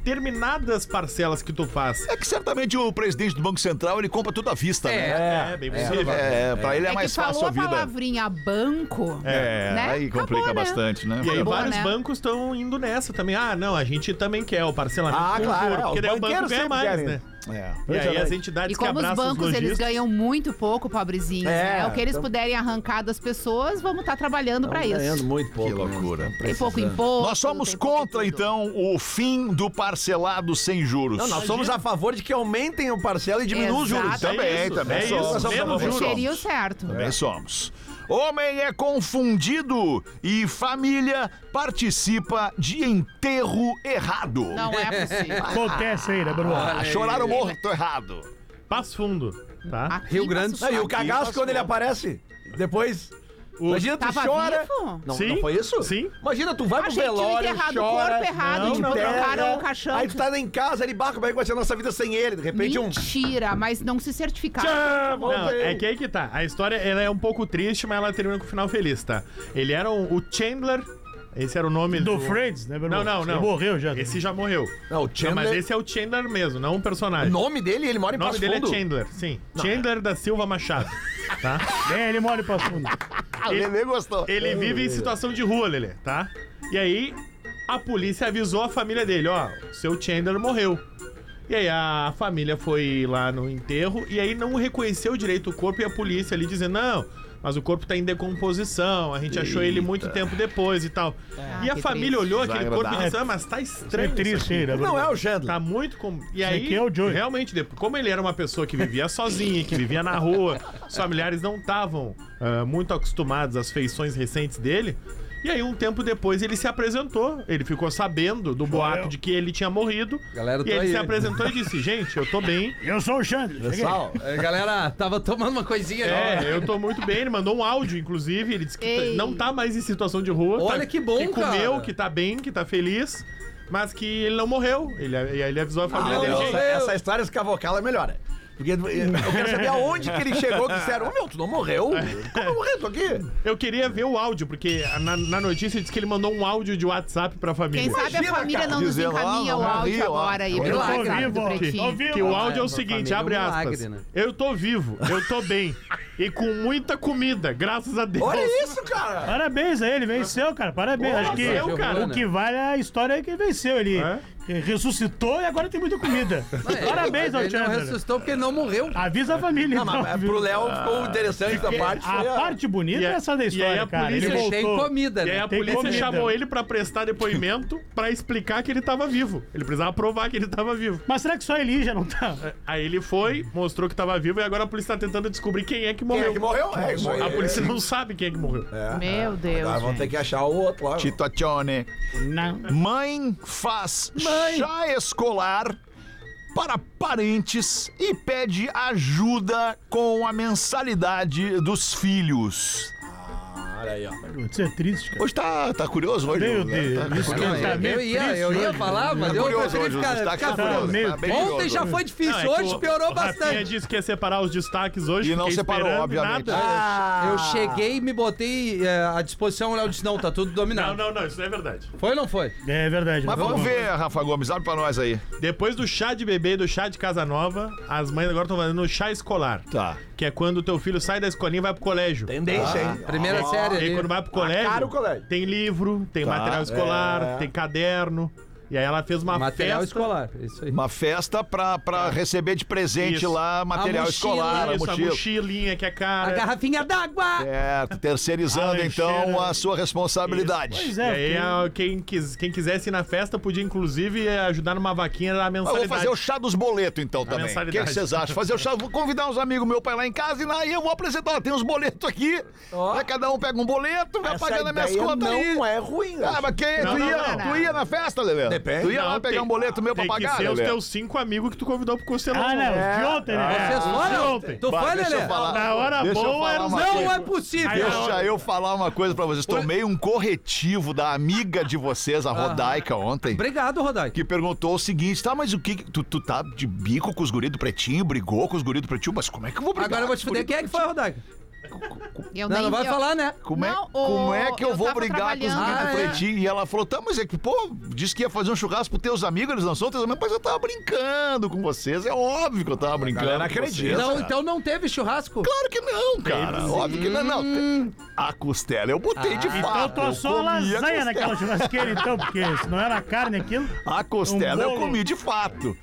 S8: determinadas parcelas que tu faz.
S4: É que certamente o presidente do Banco Central ele compra tudo à vista, né?
S8: É, bem possível.
S4: É, pra ele é,
S9: que
S4: mais
S9: falou
S4: fácil a
S9: a
S4: vida.
S9: palavrinha banco.
S4: É,
S9: né?
S4: aí
S9: Acabou,
S4: complica
S9: né?
S4: bastante, né?
S8: E aí
S9: Acabou,
S8: vários
S9: né?
S8: bancos estão indo nessa também. Ah, não, a gente também quer o parcelamento
S7: Ah,
S8: com
S7: claro, é,
S8: juro, porque
S7: os
S8: daí o banco
S7: banqueiros
S8: ganha
S7: sempre
S8: mais,
S7: querem.
S8: né?
S4: É.
S8: E aí as
S7: Impressionante.
S8: entidades
S9: E
S8: que
S9: como os
S8: abraçam
S9: bancos, eles
S8: lojistas-
S9: ganham muito pouco, pobrezinhos,
S7: É,
S9: né? O que eles
S7: tão-
S9: puderem arrancar das pessoas, vamos estar trabalhando pra
S7: Tá Ganhando
S9: isso.
S7: muito pouco.
S4: Que
S7: né?
S4: loucura.
S9: Tem pouco imposto.
S4: Nós somos
S9: tem pouco
S4: contra,
S9: tudo.
S4: então, o fim do parcelado sem juros.
S7: Não, nós somos a favor de que aumentem o parcela e diminuam os juros.
S9: Exato.
S4: Também,
S8: isso,
S4: também
S8: é isso,
S4: somos.
S8: menos
S4: Também
S8: juros.
S4: somos.
S9: Seria o certo.
S4: Também somos. Homem é confundido e família participa de enterro errado.
S9: Não é possível.
S6: Acontece aí, né, Bruno?
S4: Ah, choraram morto errado.
S8: Passo fundo, tá?
S9: Aqui
S5: Rio
S9: em
S5: Grande do
S7: Não,
S9: Passo
S7: e o
S9: Fundo.
S7: cagaço quando ele aparece, depois. Imagina, tu
S9: Tava
S7: chora.
S9: vivo?
S7: Não,
S8: Sim,
S7: não foi isso?
S8: sim.
S7: Imagina, tu vai pro
S9: Achei que tinha
S7: velório,
S9: enterrado o
S7: chora.
S9: corpo errado,
S7: não,
S9: tipo,
S7: enterra.
S9: trocaram o caixão.
S7: Aí tu tá lá em casa, ele barco, como é que vai ser a nossa vida sem ele? De repente um...
S9: Mentira, mas não se certificaram.
S7: Tchá,
S8: Não,
S7: Ah, voltei.
S8: é que aí que tá. A história ela é um pouco triste, mas ela termina com o final feliz, tá? Ele era um- o Chandler. Esse era o nome
S6: Do Friends, né, Bruno?
S8: Não, não,
S6: Ele
S8: não.
S6: morreu já. né?
S8: Esse já morreu.
S7: Não, o
S8: Não,
S7: Chandler...
S8: mas esse é o Chandler mesmo, não um personagem.
S7: O nome dele, ele mora
S8: O
S7: em
S8: nome
S7: Passo
S8: dele
S7: Fundo.
S8: é Chandler, sim. Chandler da Silva Machado. tá?
S6: É, ele mora em Passo Fundo.
S4: Ah,
S8: Ele-
S4: Lelê gostou.
S8: Ele vive em situação de rua, Lelê, tá? E aí, a polícia avisou a família dele, ó, seu Chandler morreu. E aí a família foi lá no enterro e aí não reconheceu direito o corpo e a polícia ali dizendo, não, mas o corpo tá em decomposição, a gente achou ele muito tempo depois e tal. e a
S9: que
S8: família
S9: triste.
S8: olhou aquele corpo e
S4: Desagradável.
S8: disse, ah, mas tá
S6: É
S8: estranho. isso
S6: triste
S8: aqui."
S6: aí, né, Bruno?
S7: Não é o Chandler.
S8: Tá muito com. E aí,
S6: aqui é o Joey.
S8: realmente, depois- como ele era uma pessoa que vivia sozinha, que vivia na rua, os familiares não estavam ah, muito acostumados às feições recentes dele. E aí, um tempo depois, ele se apresentou. Ele ficou sabendo do boato de que ele tinha morrido.
S5: Galera, tô
S8: e ele
S5: aí.
S8: se apresentou e disse: Gente, eu tô bem.
S6: Eu sou o Xandre. cheguei.
S5: Pessoal, é, galera, tava tomando uma coisinha.
S8: É, eu tô muito bem. Ele mandou um áudio, inclusive. Ele disse que
S9: Ei.
S8: não tá mais em situação de rua.
S5: Olha
S8: tá-
S5: que bom,
S8: que comeu,
S5: cara.
S8: que tá bem, que tá feliz. Mas que ele não morreu. Ele, e aí ele avisou a família
S7: Não,
S5: Ah,
S8: dele. é
S7: não,
S8: "Gente,
S7: essa, Ah, essa história escavocada melhora. né? Porque eu quero saber aonde que ele chegou que disseram, ô meu, tu não morreu? Como eu morri? Tô aqui.
S8: Eu queria ver o áudio, porque na, na notícia diz que ele mandou um áudio de WhatsApp pra família.
S9: Quem sabe a família não nos
S4: Dizendo,
S9: encaminha
S4: ó,
S9: o
S4: não,
S9: áudio
S4: não,
S9: agora aí,
S4: não,
S9: pelo
S5: não,
S9: WhatsApp
S5: vivo
S9: do
S8: Que,
S9: Pretinho.
S8: que o
S9: né?
S8: áudio é o
S5: Pra
S8: seguinte,
S5: família é um
S8: abre
S5: milagre,
S8: aspas.
S5: né?
S8: Eu tô vivo, eu tô bem. e com muita comida, graças a Deus.
S7: Olha isso, cara!
S6: Parabéns a ele, venceu, cara. Parabéns. Acho que
S8: venceu, cara.
S6: o que vale é a história é que ele venceu. Ele
S8: É?
S6: eh, ressuscitou e agora tem muita comida.
S7: é,
S6: Parabéns Ah, ao
S5: Ele não
S6: Chandler.
S5: ressuscitou porque ele não morreu.
S6: Avisa a família,
S7: Não, mas
S6: então,
S7: mas
S6: viu?
S7: É, pro Léo ficou interessante essa parte.
S6: A
S7: foi a-
S6: parte bonita
S8: Ah. E a-
S6: é essa da
S8: e aí
S6: história,
S8: a
S6: cara.
S8: polícia
S6: Ele
S8: tem
S5: Ele tem
S6: voltou. É,
S5: comida,
S8: E aí
S5: né?
S8: a
S6: Tem
S8: polícia
S6: comida.
S8: chamou ele pra prestar depoimento, pra explicar que ele tava vivo. Ele precisava provar que ele tava vivo.
S6: Mas será que só ele já não tá?
S8: Aí ele foi, mostrou que tava vivo e agora a polícia tá tentando descobrir quem é
S7: Quem
S8: que morreu.
S7: é que morreu? É isso aí.
S8: A polícia não sabe quem é que morreu.
S9: Meu Deus,
S7: Agora vão ter
S9: gente.
S7: que achar o outro lá.
S4: Titocione.
S6: Não.
S4: Mãe faz chá escolar para parentes e pede ajuda com a mensalidade dos filhos.
S7: Olha aí, ó.
S6: Isso é triste, cara.
S4: Hoje tá, tá curioso hoje?
S6: Meu
S4: né? Tá-
S6: Deus, isso que ele tá
S5: Eu,
S6: meio
S5: ia,
S6: triste
S5: eu ia
S6: hoje.
S5: falar, mas eu
S4: É curioso
S5: preferi
S4: hoje, o
S5: ficar,
S4: destaque
S5: ficar
S4: tá
S5: fora.
S4: curioso,
S6: meio-
S4: tá bem
S5: Ontem
S4: curioso
S5: já
S4: hoje.
S5: foi
S8: Não,
S5: difícil,
S8: é que
S5: hoje
S8: o-
S5: piorou
S8: O Rafinha
S5: bastante.
S8: disse que ia separar os destaques hoje.
S4: E não
S8: fiquei
S4: separou,
S8: esperando,
S4: obviamente.
S8: Nada.
S4: Ah.
S5: Eu cheguei e me botei é, à disposição, o Léo disse, não, tá tudo
S8: Não,
S5: dominado.
S8: não, não, isso não é verdade.
S5: Foi ou não foi?
S6: É verdade.
S4: Mas vamos
S6: bom.
S4: ver, Rafa Gomes, abre pra nós aí.
S8: Depois do chá de bebê e do chá de casa nova, as mães agora estão fazendo chá escolar.
S4: Tá.
S8: Que é quando o teu filho sai da escolinha e vai pro colégio.
S7: Tendência, hein?
S5: Primeira
S4: Ah.
S5: série
S8: E aí,
S5: ali.
S8: quando vai pro colégio,
S7: Cara, o colégio.
S8: tem livro, tem material escolar,
S4: é.
S8: tem caderno. E aí ela fez uma
S5: Material
S8: festa.
S5: escolar, isso aí.
S4: Uma festa pra, pra receber de presente
S8: Isso.
S4: lá material
S5: mochila,
S4: escolar, a
S8: Isso, a
S4: mochila.
S8: mochilinha que é cara.
S5: A garrafinha d'água!
S4: É, terceirizando
S8: A
S4: então
S8: lancheira.
S4: a sua responsabilidade.
S6: Pois
S8: E aí,
S6: é,
S8: a- quem, quis- quem quisesse ir na festa podia, inclusive, eh, ajudar numa vaquinha da
S4: Mas eu
S8: mensalidade.
S4: vou fazer um o chá dos boletos então também. O que
S8: mensalidade.
S4: que vocês acham? Fazer o chá, vou convidar uns amigos meus pra ir lá em casa e lá eu vou apresentar. Ó, tem uns boletos aqui, né, cada um pega um boleto, vai
S7: Essa
S4: pagando as minhas
S7: ideia
S4: contas aí.
S7: Não é ruim,
S4: Ah,
S7: acho.
S4: mas quem,
S8: Não,
S4: tu,
S8: não,
S4: ia,
S8: não,
S9: não.
S4: tu ia na festa, Lelê?
S7: Depende.
S4: Tu ia lá
S8: Não,
S4: pegar
S8: tem-
S4: um boleto meu pra
S8: Tem que
S4: pagar,
S8: ser os
S4: Lelê?
S8: teus cinco amigos que tu convidou pro costelão.
S6: Ah, não,
S8: É.
S6: de ontem, né?
S5: Vocês foram? Tu
S4: Bah,
S5: foi,
S4: deixa eu
S5: Lelê?
S4: falar.
S8: Na hora
S4: Deixa eu
S8: boa
S4: falar
S8: era os
S4: uma
S5: Não
S4: coisa.
S5: é possível!
S8: Aí, ó.
S4: Deixa eu falar uma coisa pra vocês. Tomei um corretivo da amiga de vocês,
S8: Ah.
S4: a Rodaica, ontem.
S5: Obrigado, Rodai.
S4: Que perguntou o seguinte, tá, mas o que... que- Tu, tu tá de bico com os guri do Pretinho, brigou com os guri do Pretinho, mas como é que eu vou brigar?
S5: Agora eu vou te
S4: com os
S5: fuder.
S4: guri
S5: Quem é que foi, Rodai?
S4: do-
S9: Eu
S5: Não,
S9: nem-
S5: não vai
S9: eu-
S5: falar, né?
S4: Como é,
S9: Não,
S4: como
S9: o-
S4: é que eu,
S9: eu
S4: vou
S9: tava
S4: brigar com os
S9: trabalhando.
S4: amigos do
S5: Ah, é.
S4: Pretinho? E ela falou, tá, mas é que, pô, disse que ia fazer um churrasco pros teus amigos, eles não são teus amigos, mas eu tava brincando com vocês, é óbvio que eu tava brincando
S7: galera
S4: com
S7: acredita.
S4: vocês,
S5: Não,
S4: cara.
S5: então não teve churrasco?
S4: Claro que não, cara, óbvio que não, não. A costela eu botei de
S6: Então
S4: fato,
S6: tô só
S4: eu comi a
S6: lasanha
S4: costela.
S6: naquela churrasqueira, então, porque se não era carne aquilo.
S4: A costela
S6: Um
S4: eu
S6: bolo.
S4: comi de fato.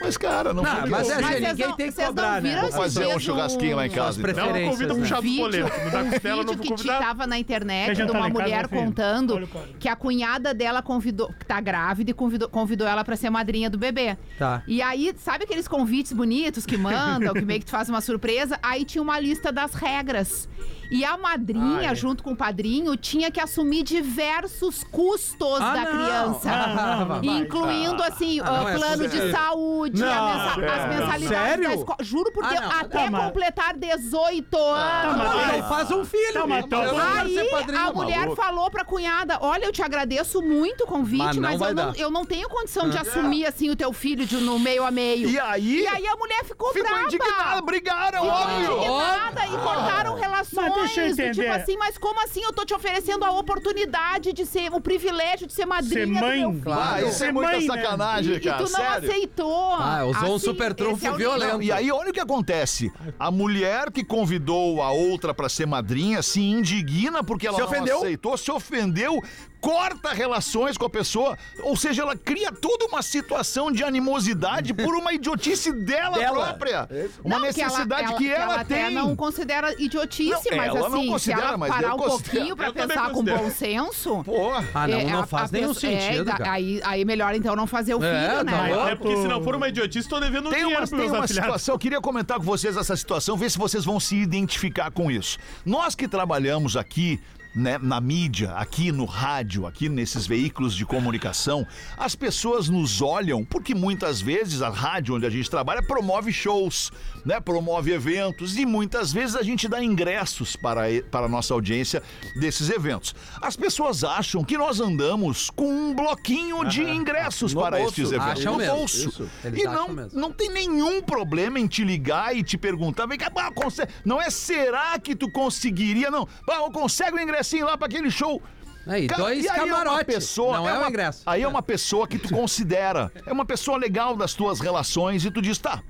S4: Mas, cara, não,
S5: Não,
S4: foi
S5: mas
S4: eu.
S5: é-
S9: vocês
S5: ninguém
S9: não-
S5: tem que
S9: vocês não
S5: cobrar, né?
S9: viram
S4: Vou
S9: esses
S4: fazer um
S9: dias
S4: churrasquinho lá em casa. então.
S8: Não, não convida
S5: Preferências,
S8: pro
S5: né?
S8: chato
S9: vídeo,
S8: boleto. Me
S9: um
S8: dá costela, eu não
S9: vídeo
S8: vou
S9: que te
S8: convidar.
S9: tava na internet
S6: Quer
S9: de
S6: jantar lá
S9: uma
S6: em casa,
S9: mulher
S6: né, filho?
S9: contando
S6: Olha o código.
S9: que a cunhada dela convidou, que tá grávida, e convidou, convidou ela pra ser madrinha do bebê.
S5: Tá.
S9: E aí, sabe aqueles convites bonitos que mandam, que meio que tu faz uma surpresa? Aí tinha uma lista das regras. E a madrinha,
S8: Ah, é.
S9: junto com o padrinho, tinha que assumir diversos custos
S5: Ah,
S9: da
S5: não.
S9: criança.
S5: Ah, não, vai.
S9: incluindo, assim,
S5: Ah, não,
S9: ah,
S5: é
S9: plano
S5: possível.
S9: de saúde,
S5: Não,
S9: a mensa-
S5: sério.
S6: é,
S9: as mensalidades
S5: Sério?
S9: da escola. Juro por
S5: Ah,
S9: Deus,
S5: não,
S9: até
S6: tá, mas-
S9: completar 18 anos.
S6: mas-
S5: Ah,
S6: Aí-
S5: então faz um filho.
S6: Tá, mas
S5: né?
S6: então-
S5: Eu não quero
S9: Aí
S5: ser padrinho. tá
S9: a mulher
S4: maluco.
S9: falou pra cunhada: Olha, eu te agradeço muito o convite,
S5: Mas
S9: mas,
S5: não vai
S9: eu, não,
S5: dar.
S9: eu não tenho condição
S6: É.
S9: de assumir assim o teu filho de- no meio a meio.
S4: E aí,
S9: E aí a mulher ficou,
S4: ficou
S9: brava.
S4: indignada, brigaram, óbvio.
S9: indignada e cortaram relações.
S6: Mas deixa eu
S9: do
S6: entender.
S9: Tipo assim, mas como assim eu tô te oferecendo a oportunidade de ser, o privilégio de ser madrinha
S6: Ser
S9: do meu
S6: é mãe.
S9: filho?
S4: Ah, isso é
S6: Ser
S4: muita
S6: mãe, né?
S4: sacanagem,
S9: E, e tu
S4: cara,
S9: não
S4: sério.
S9: aceitou. Assim,
S5: Ah, usou um super
S9: esse é
S5: trunfo
S9: o nível.
S5: violento.
S4: Não, e aí, olha o que acontece. A mulher que convidou a outra pra ser madrinha se indigna porque ela
S7: Se
S4: não
S7: ofendeu.
S4: aceitou, se ofendeu, corta relações com a pessoa. Ou seja, ela cria toda uma situação de animosidade por uma idiotice dela,
S7: Dela.
S4: própria.
S7: É.
S4: Uma
S9: Não,
S4: necessidade que ela,
S9: até
S4: tem.
S9: não considera idiotice,
S4: Não,
S9: mas
S4: ela não
S9: assim,
S4: considera,
S9: se ela
S4: mas eu
S9: parar um
S4: considero.
S9: pouquinho pra
S8: Eu também
S9: pensar com
S8: considero.
S9: bom senso.
S4: Pô,
S5: Ah, não,
S9: é,
S5: não
S9: a-
S5: faz
S9: a
S5: nenhum
S9: pessoa- é,
S5: sentido,
S9: da-
S5: cara.
S9: Aí, aí melhor então não fazer o filho,
S5: É,
S9: né?
S5: tá bom.
S8: É porque se não for uma idiotice, tô devendo
S4: Tem
S8: dinheiro
S4: uma,
S8: pros
S4: tem
S8: meus
S4: uma
S8: afilhados.
S4: situação, eu queria comentar com vocês essa situação, ver se vocês vão se identificar com isso. Nós que trabalhamos aqui, né, na mídia, aqui no rádio, aqui nesses veículos de comunicação, as pessoas nos olham porque muitas vezes a rádio onde a gente trabalha promove shows, né, promove eventos e muitas vezes a gente dá ingressos para, e- para a nossa audiência desses eventos. As pessoas acham que nós andamos com um bloquinho de ingressos
S7: No
S4: para
S7: bolso.
S4: estes eventos,
S5: Ah, Acham
S4: no
S5: mesmo,
S4: bolso.
S5: isso. Eles
S4: E
S5: acham
S4: não,
S5: mesmo.
S4: não tem nenhum problema em te ligar e te perguntar. Vem cá, bah, conse- não é será que tu conseguiria, não. Bah, eu consegue um ingressinho lá pra aquele show.
S5: Aí,
S4: Cara,
S5: dois
S4: e aí é uma
S5: camarotes.
S4: pessoa-
S5: não é,
S4: uma-
S5: um ingresso.
S4: Aí é uma pessoa que tu considera. É uma pessoa legal das tuas relações e tu diz, tá.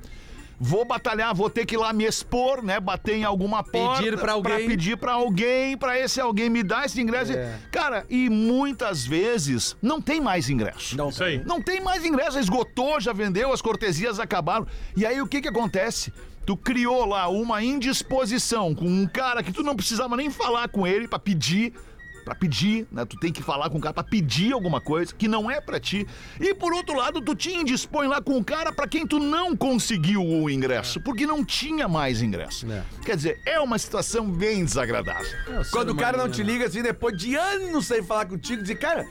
S4: Vou batalhar, vou ter que ir lá me expor, né? Bater em alguma porta.
S5: Pedir pra alguém.
S4: pedir pra alguém, pra esse alguém me dar esse ingresso.
S5: É.
S4: Cara, e muitas vezes não tem mais ingresso.
S7: Não,
S8: Isso aí.
S4: Não tem mais ingresso, já esgotou, já vendeu, as cortesias acabaram. E aí o que que acontece? Tu criou lá uma indisposição com um cara que tu não precisava nem falar com ele pra pedir, pra pedir, né? Tu tem que falar com o cara pra pedir alguma coisa que não é pra ti. E por outro lado, tu te indispõe lá com o cara pra quem tu não conseguiu o
S6: É.
S4: ingresso, porque não tinha mais ingresso.
S5: É.
S4: Quer dizer, é uma situação bem desagradável.
S5: É, ser
S7: Quando o cara não
S5: humano,
S7: te
S5: né?
S7: liga assim, depois de anos sem falar contigo, dizer, cara,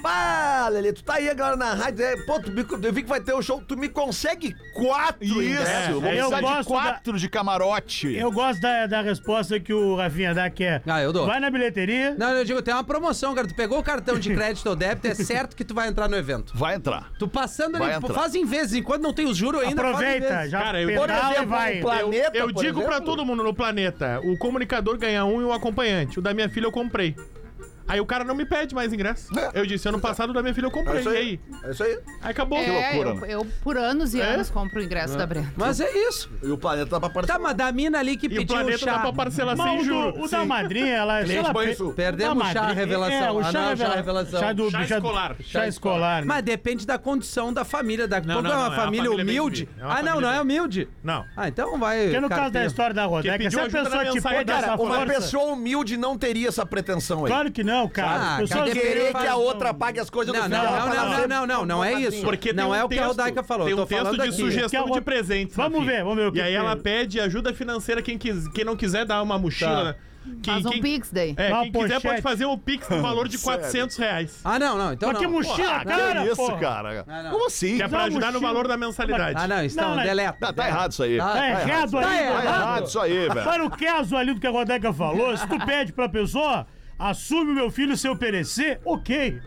S7: pá, Lelê, tu tá aí agora na rádio, é, pô, tu me- eu vi que vai ter o show, tu me consegue quatro
S4: Isso,
S7: ingressos.
S4: vou
S6: é, Eu
S4: precisar de
S6: gosto da-
S4: quatro de camarote.
S6: Eu gosto da, da resposta que o Rafinha dá, que é.
S5: Ah, eu dou.
S6: Vai na bilheteria.
S5: Não, eu digo, tem uma promoção, cara. Tu pegou o cartão de crédito ou débito, é certo que tu vai entrar no evento.
S4: Vai entrar.
S5: Tu passando
S4: Vai
S5: ali,
S4: entrar.
S5: faz em vezes, enquanto não tem os juros ainda,
S6: Aproveita,
S5: faz em vezes.
S6: já
S8: Cara, eu-
S6: pedala
S8: Por
S6: e
S7: exemplo,
S6: vai.
S7: um plano- Planeta,
S8: eu
S7: por
S8: digo pra
S7: exemplo?
S8: todo mundo no planeta: o comunicador ganha um e o acompanhante. O da minha filha eu comprei. Aí o cara não me pede mais ingresso.
S7: É.
S8: Eu disse, ano passado o da minha filha eu
S7: É
S8: comprei.
S7: isso
S8: E
S7: aí.
S8: aí?
S7: É isso aí.
S8: Aí acabou.
S9: É,
S4: loucura,
S9: eu, eu por anos e
S8: É?
S9: anos compro o ingresso da Brenda.
S5: Mas é isso.
S7: E o planeta tá pra
S5: Tá,
S7: participar.
S5: mas da mina ali que
S8: E o
S5: pediu o
S8: planeta dá
S5: chá.
S8: pra parcelar
S6: Mas
S8: sem
S6: o do-
S8: juros.
S6: o da
S8: assim, Sim.
S6: madrinha, ela. se
S7: Cliente
S6: ela
S7: Banho
S6: pe-
S7: Sul.
S6: da
S5: Perdemos o chá
S6: madrinha-
S5: revelação.
S6: É, o
S5: Ah,
S6: chá,
S5: não,
S6: revela-
S5: chá revelação.
S6: Chá, do,
S8: Chá
S6: do-
S8: escolar.
S6: Chá escolar, né?
S5: Tá. Mas depende da condição da família. Da...
S8: Não,
S5: Quando
S8: não,
S5: é uma
S8: não, é uma
S5: família
S8: família bem
S5: humilde.
S8: humilde. É uma
S5: ah, não,
S8: família
S5: não é
S8: bem-
S5: humilde?
S8: Não.
S5: Ah, então vai.
S6: Porque no
S5: cara,
S6: caso da
S5: tem-
S6: história da
S8: Que
S6: Rodeca,
S8: pediu
S6: se a
S8: ajuda
S6: pessoa
S8: na
S6: te
S8: mensagem,
S6: pôr
S8: cara,
S6: dessa
S7: Uma
S6: força...
S7: pessoa humilde não teria essa pretensão aí.
S6: Claro que não, cara.
S5: Ah,
S6: As pessoas-
S5: cadê
S7: Querer que a
S5: faz-
S7: outra pague as coisas
S5: Não,
S7: do
S5: não,
S7: final
S5: não,
S8: assim,
S7: pra
S5: não,
S7: ela assim,
S5: não, não, não, não é isso.
S8: Porque
S5: não
S8: tem
S5: é
S8: um
S5: o que a
S8: texto,
S5: Rodaica falou.
S8: Tem
S5: eu
S8: um
S5: tô
S8: texto
S5: falando
S8: de
S5: aqui.
S8: sugestão
S6: Que a-
S8: de presentes.
S6: Vamos
S8: Rafinha.
S6: ver, vamos ver o que
S8: E aí
S6: que-
S8: ela pede ajuda financeira, quem, quis, quem não quiser dar uma
S5: Tá.
S8: mochila. Quem,
S9: Faz um
S8: quem-
S9: Pix daí.
S8: É,
S6: Dá
S8: quem
S6: uma
S8: quiser
S6: pochete.
S8: pode fazer um Pix no valor de 400 reais.
S5: Ah, não, não. Então
S6: Mas que
S5: não.
S6: mochila,
S4: Ah,
S6: é cara,
S4: que isso,
S6: porra.
S4: cara?
S5: Não, não.
S4: Como assim?
S8: Que é pra
S6: Dá
S8: ajudar no
S6: mochila.
S8: valor da mensalidade.
S5: Ah, não,
S6: Não,
S5: então,
S6: não.
S5: deleta.
S4: Tá, tá errado isso aí.
S5: Tá.
S6: Tá errado
S5: Tá
S6: aí,
S4: Tá
S5: errado.
S4: errado isso aí, velho.
S6: Para o caso ali do que a Rodeca falou, se tu pede pra pessoa, assume o meu filho se eu perecer, ok.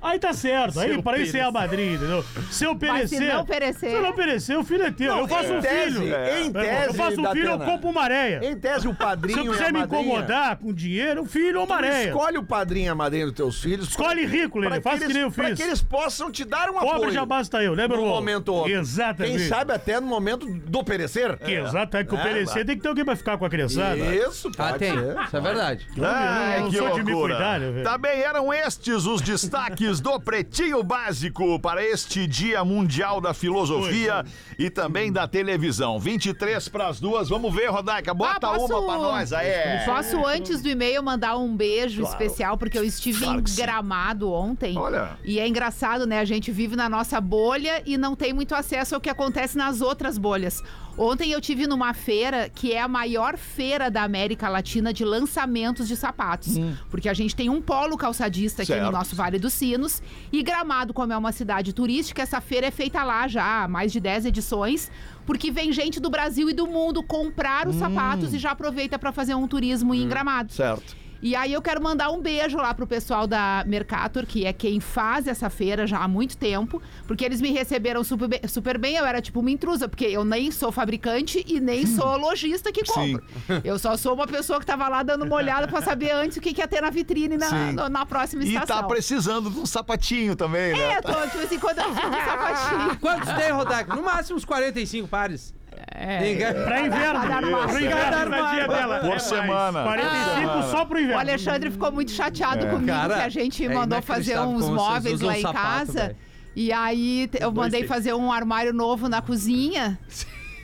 S6: Aí tá certo. Aí
S8: Seu
S6: para isso é a
S8: perecer.
S6: madrinha, entendeu? Se eu
S9: Mas se
S6: perecer.
S9: não perecer-
S6: Se eu não perecer, o filho é teu. eu faço
S7: em
S6: um
S7: tese,
S6: filho.
S7: Em
S6: Meu irmão,
S7: tese,
S6: eu faço um filho, eu
S7: Datena,
S6: compro uma areia.
S7: Em tese, o
S6: Se
S7: padrinho
S6: eu
S7: e
S6: quiser
S7: a
S6: me
S7: madrinha,
S6: incomodar com dinheiro, o filho ou uma
S7: tu
S6: areia.
S7: Escolhe o padrinho e a madrinha dos teus filhos.
S6: Escolhe rico, Lelê.
S7: pra
S6: Faz que nem eu
S7: eles- Pra
S6: fiz.
S7: que eles possam te dar um
S6: Pobre
S7: apoio.
S6: já basta eu, lembra,
S7: num
S6: irmão?
S7: momento ou outro.
S6: Exatamente.
S7: Quem sabe até no momento do perecer.
S6: Que Exato, é que o
S7: É,
S6: PLC tem que ter alguém pra ficar com a criançada.
S7: Isso,
S5: Ah,
S7: pode
S5: tem.
S7: ser.
S5: Isso é verdade.
S4: Ai,
S6: não
S4: que
S6: sou de me
S4: loucura.
S6: cuidar, né, velho?
S4: Também eram estes os destaques do Pretinho Básico para este Dia Mundial da Filosofia
S6: é.
S4: e também da Televisão. 23 para as duas. Vamos ver, Rodaica. Bota
S9: Ah, posso-
S4: uma para nós aí. é. tá
S9: Posso, antes do e-mail, mandar um beijo especial, porque eu estive
S4: Claro
S9: em
S4: que sim.
S9: Gramado ontem.
S4: Olha.
S9: E é engraçado, né? A gente vive na nossa bolha e não tem muito acesso ao que acontece nas outras bolhas. Ontem eu tive numa feira que é a maior feira da América Latina de lançamentos de sapatos. Porque a gente tem um polo calçadista aqui no
S4: Hum. Certo.
S9: nosso Vale dos Sinos. E Gramado, como é uma cidade turística, essa feira é feita lá já há mais de 10 edições. Porque vem gente do Brasil e do mundo comprar os
S4: Hum.
S9: sapatos e já aproveita para fazer um turismo em Gramado.
S4: Certo.
S9: E aí eu quero mandar um beijo lá pro pessoal da Mercator, que é quem faz essa feira já há muito tempo, porque eles me receberam super bem, super bem, eu era tipo uma intrusa, porque eu nem sou fabricante e nem sou lojista que compra. Eu só sou uma pessoa que tava lá dando uma olhada pra saber antes o que, que ia ter na vitrine na,
S4: Sim.
S9: no- na próxima
S4: E
S9: estação.
S4: tá precisando de um sapatinho também, né?
S9: É, tô, tipo assim, quando eu fico com sapatinho.
S5: Quantos tem, Rodaico? No máximo uns 45 pares.
S9: É.
S5: Ninguém-
S6: Pra inverno.
S9: Cada armário.
S6: Pro inverno,
S5: Cada
S6: tadinha
S5: armário.
S6: dela.
S4: Por
S6: É
S4: semana.
S6: mais. 45 só pro
S9: O
S6: inverno.
S9: Alexandre ficou muito chateado comigo,
S5: Cara,
S9: que a gente
S5: é
S9: mandou fazer
S5: inacreditável
S9: uns
S5: como vocês
S9: móveis
S5: usam
S9: lá em
S5: sapato,
S9: casa.
S5: velho.
S9: E aí te- eu mandei
S8: tem.
S9: fazer um armário novo na cozinha.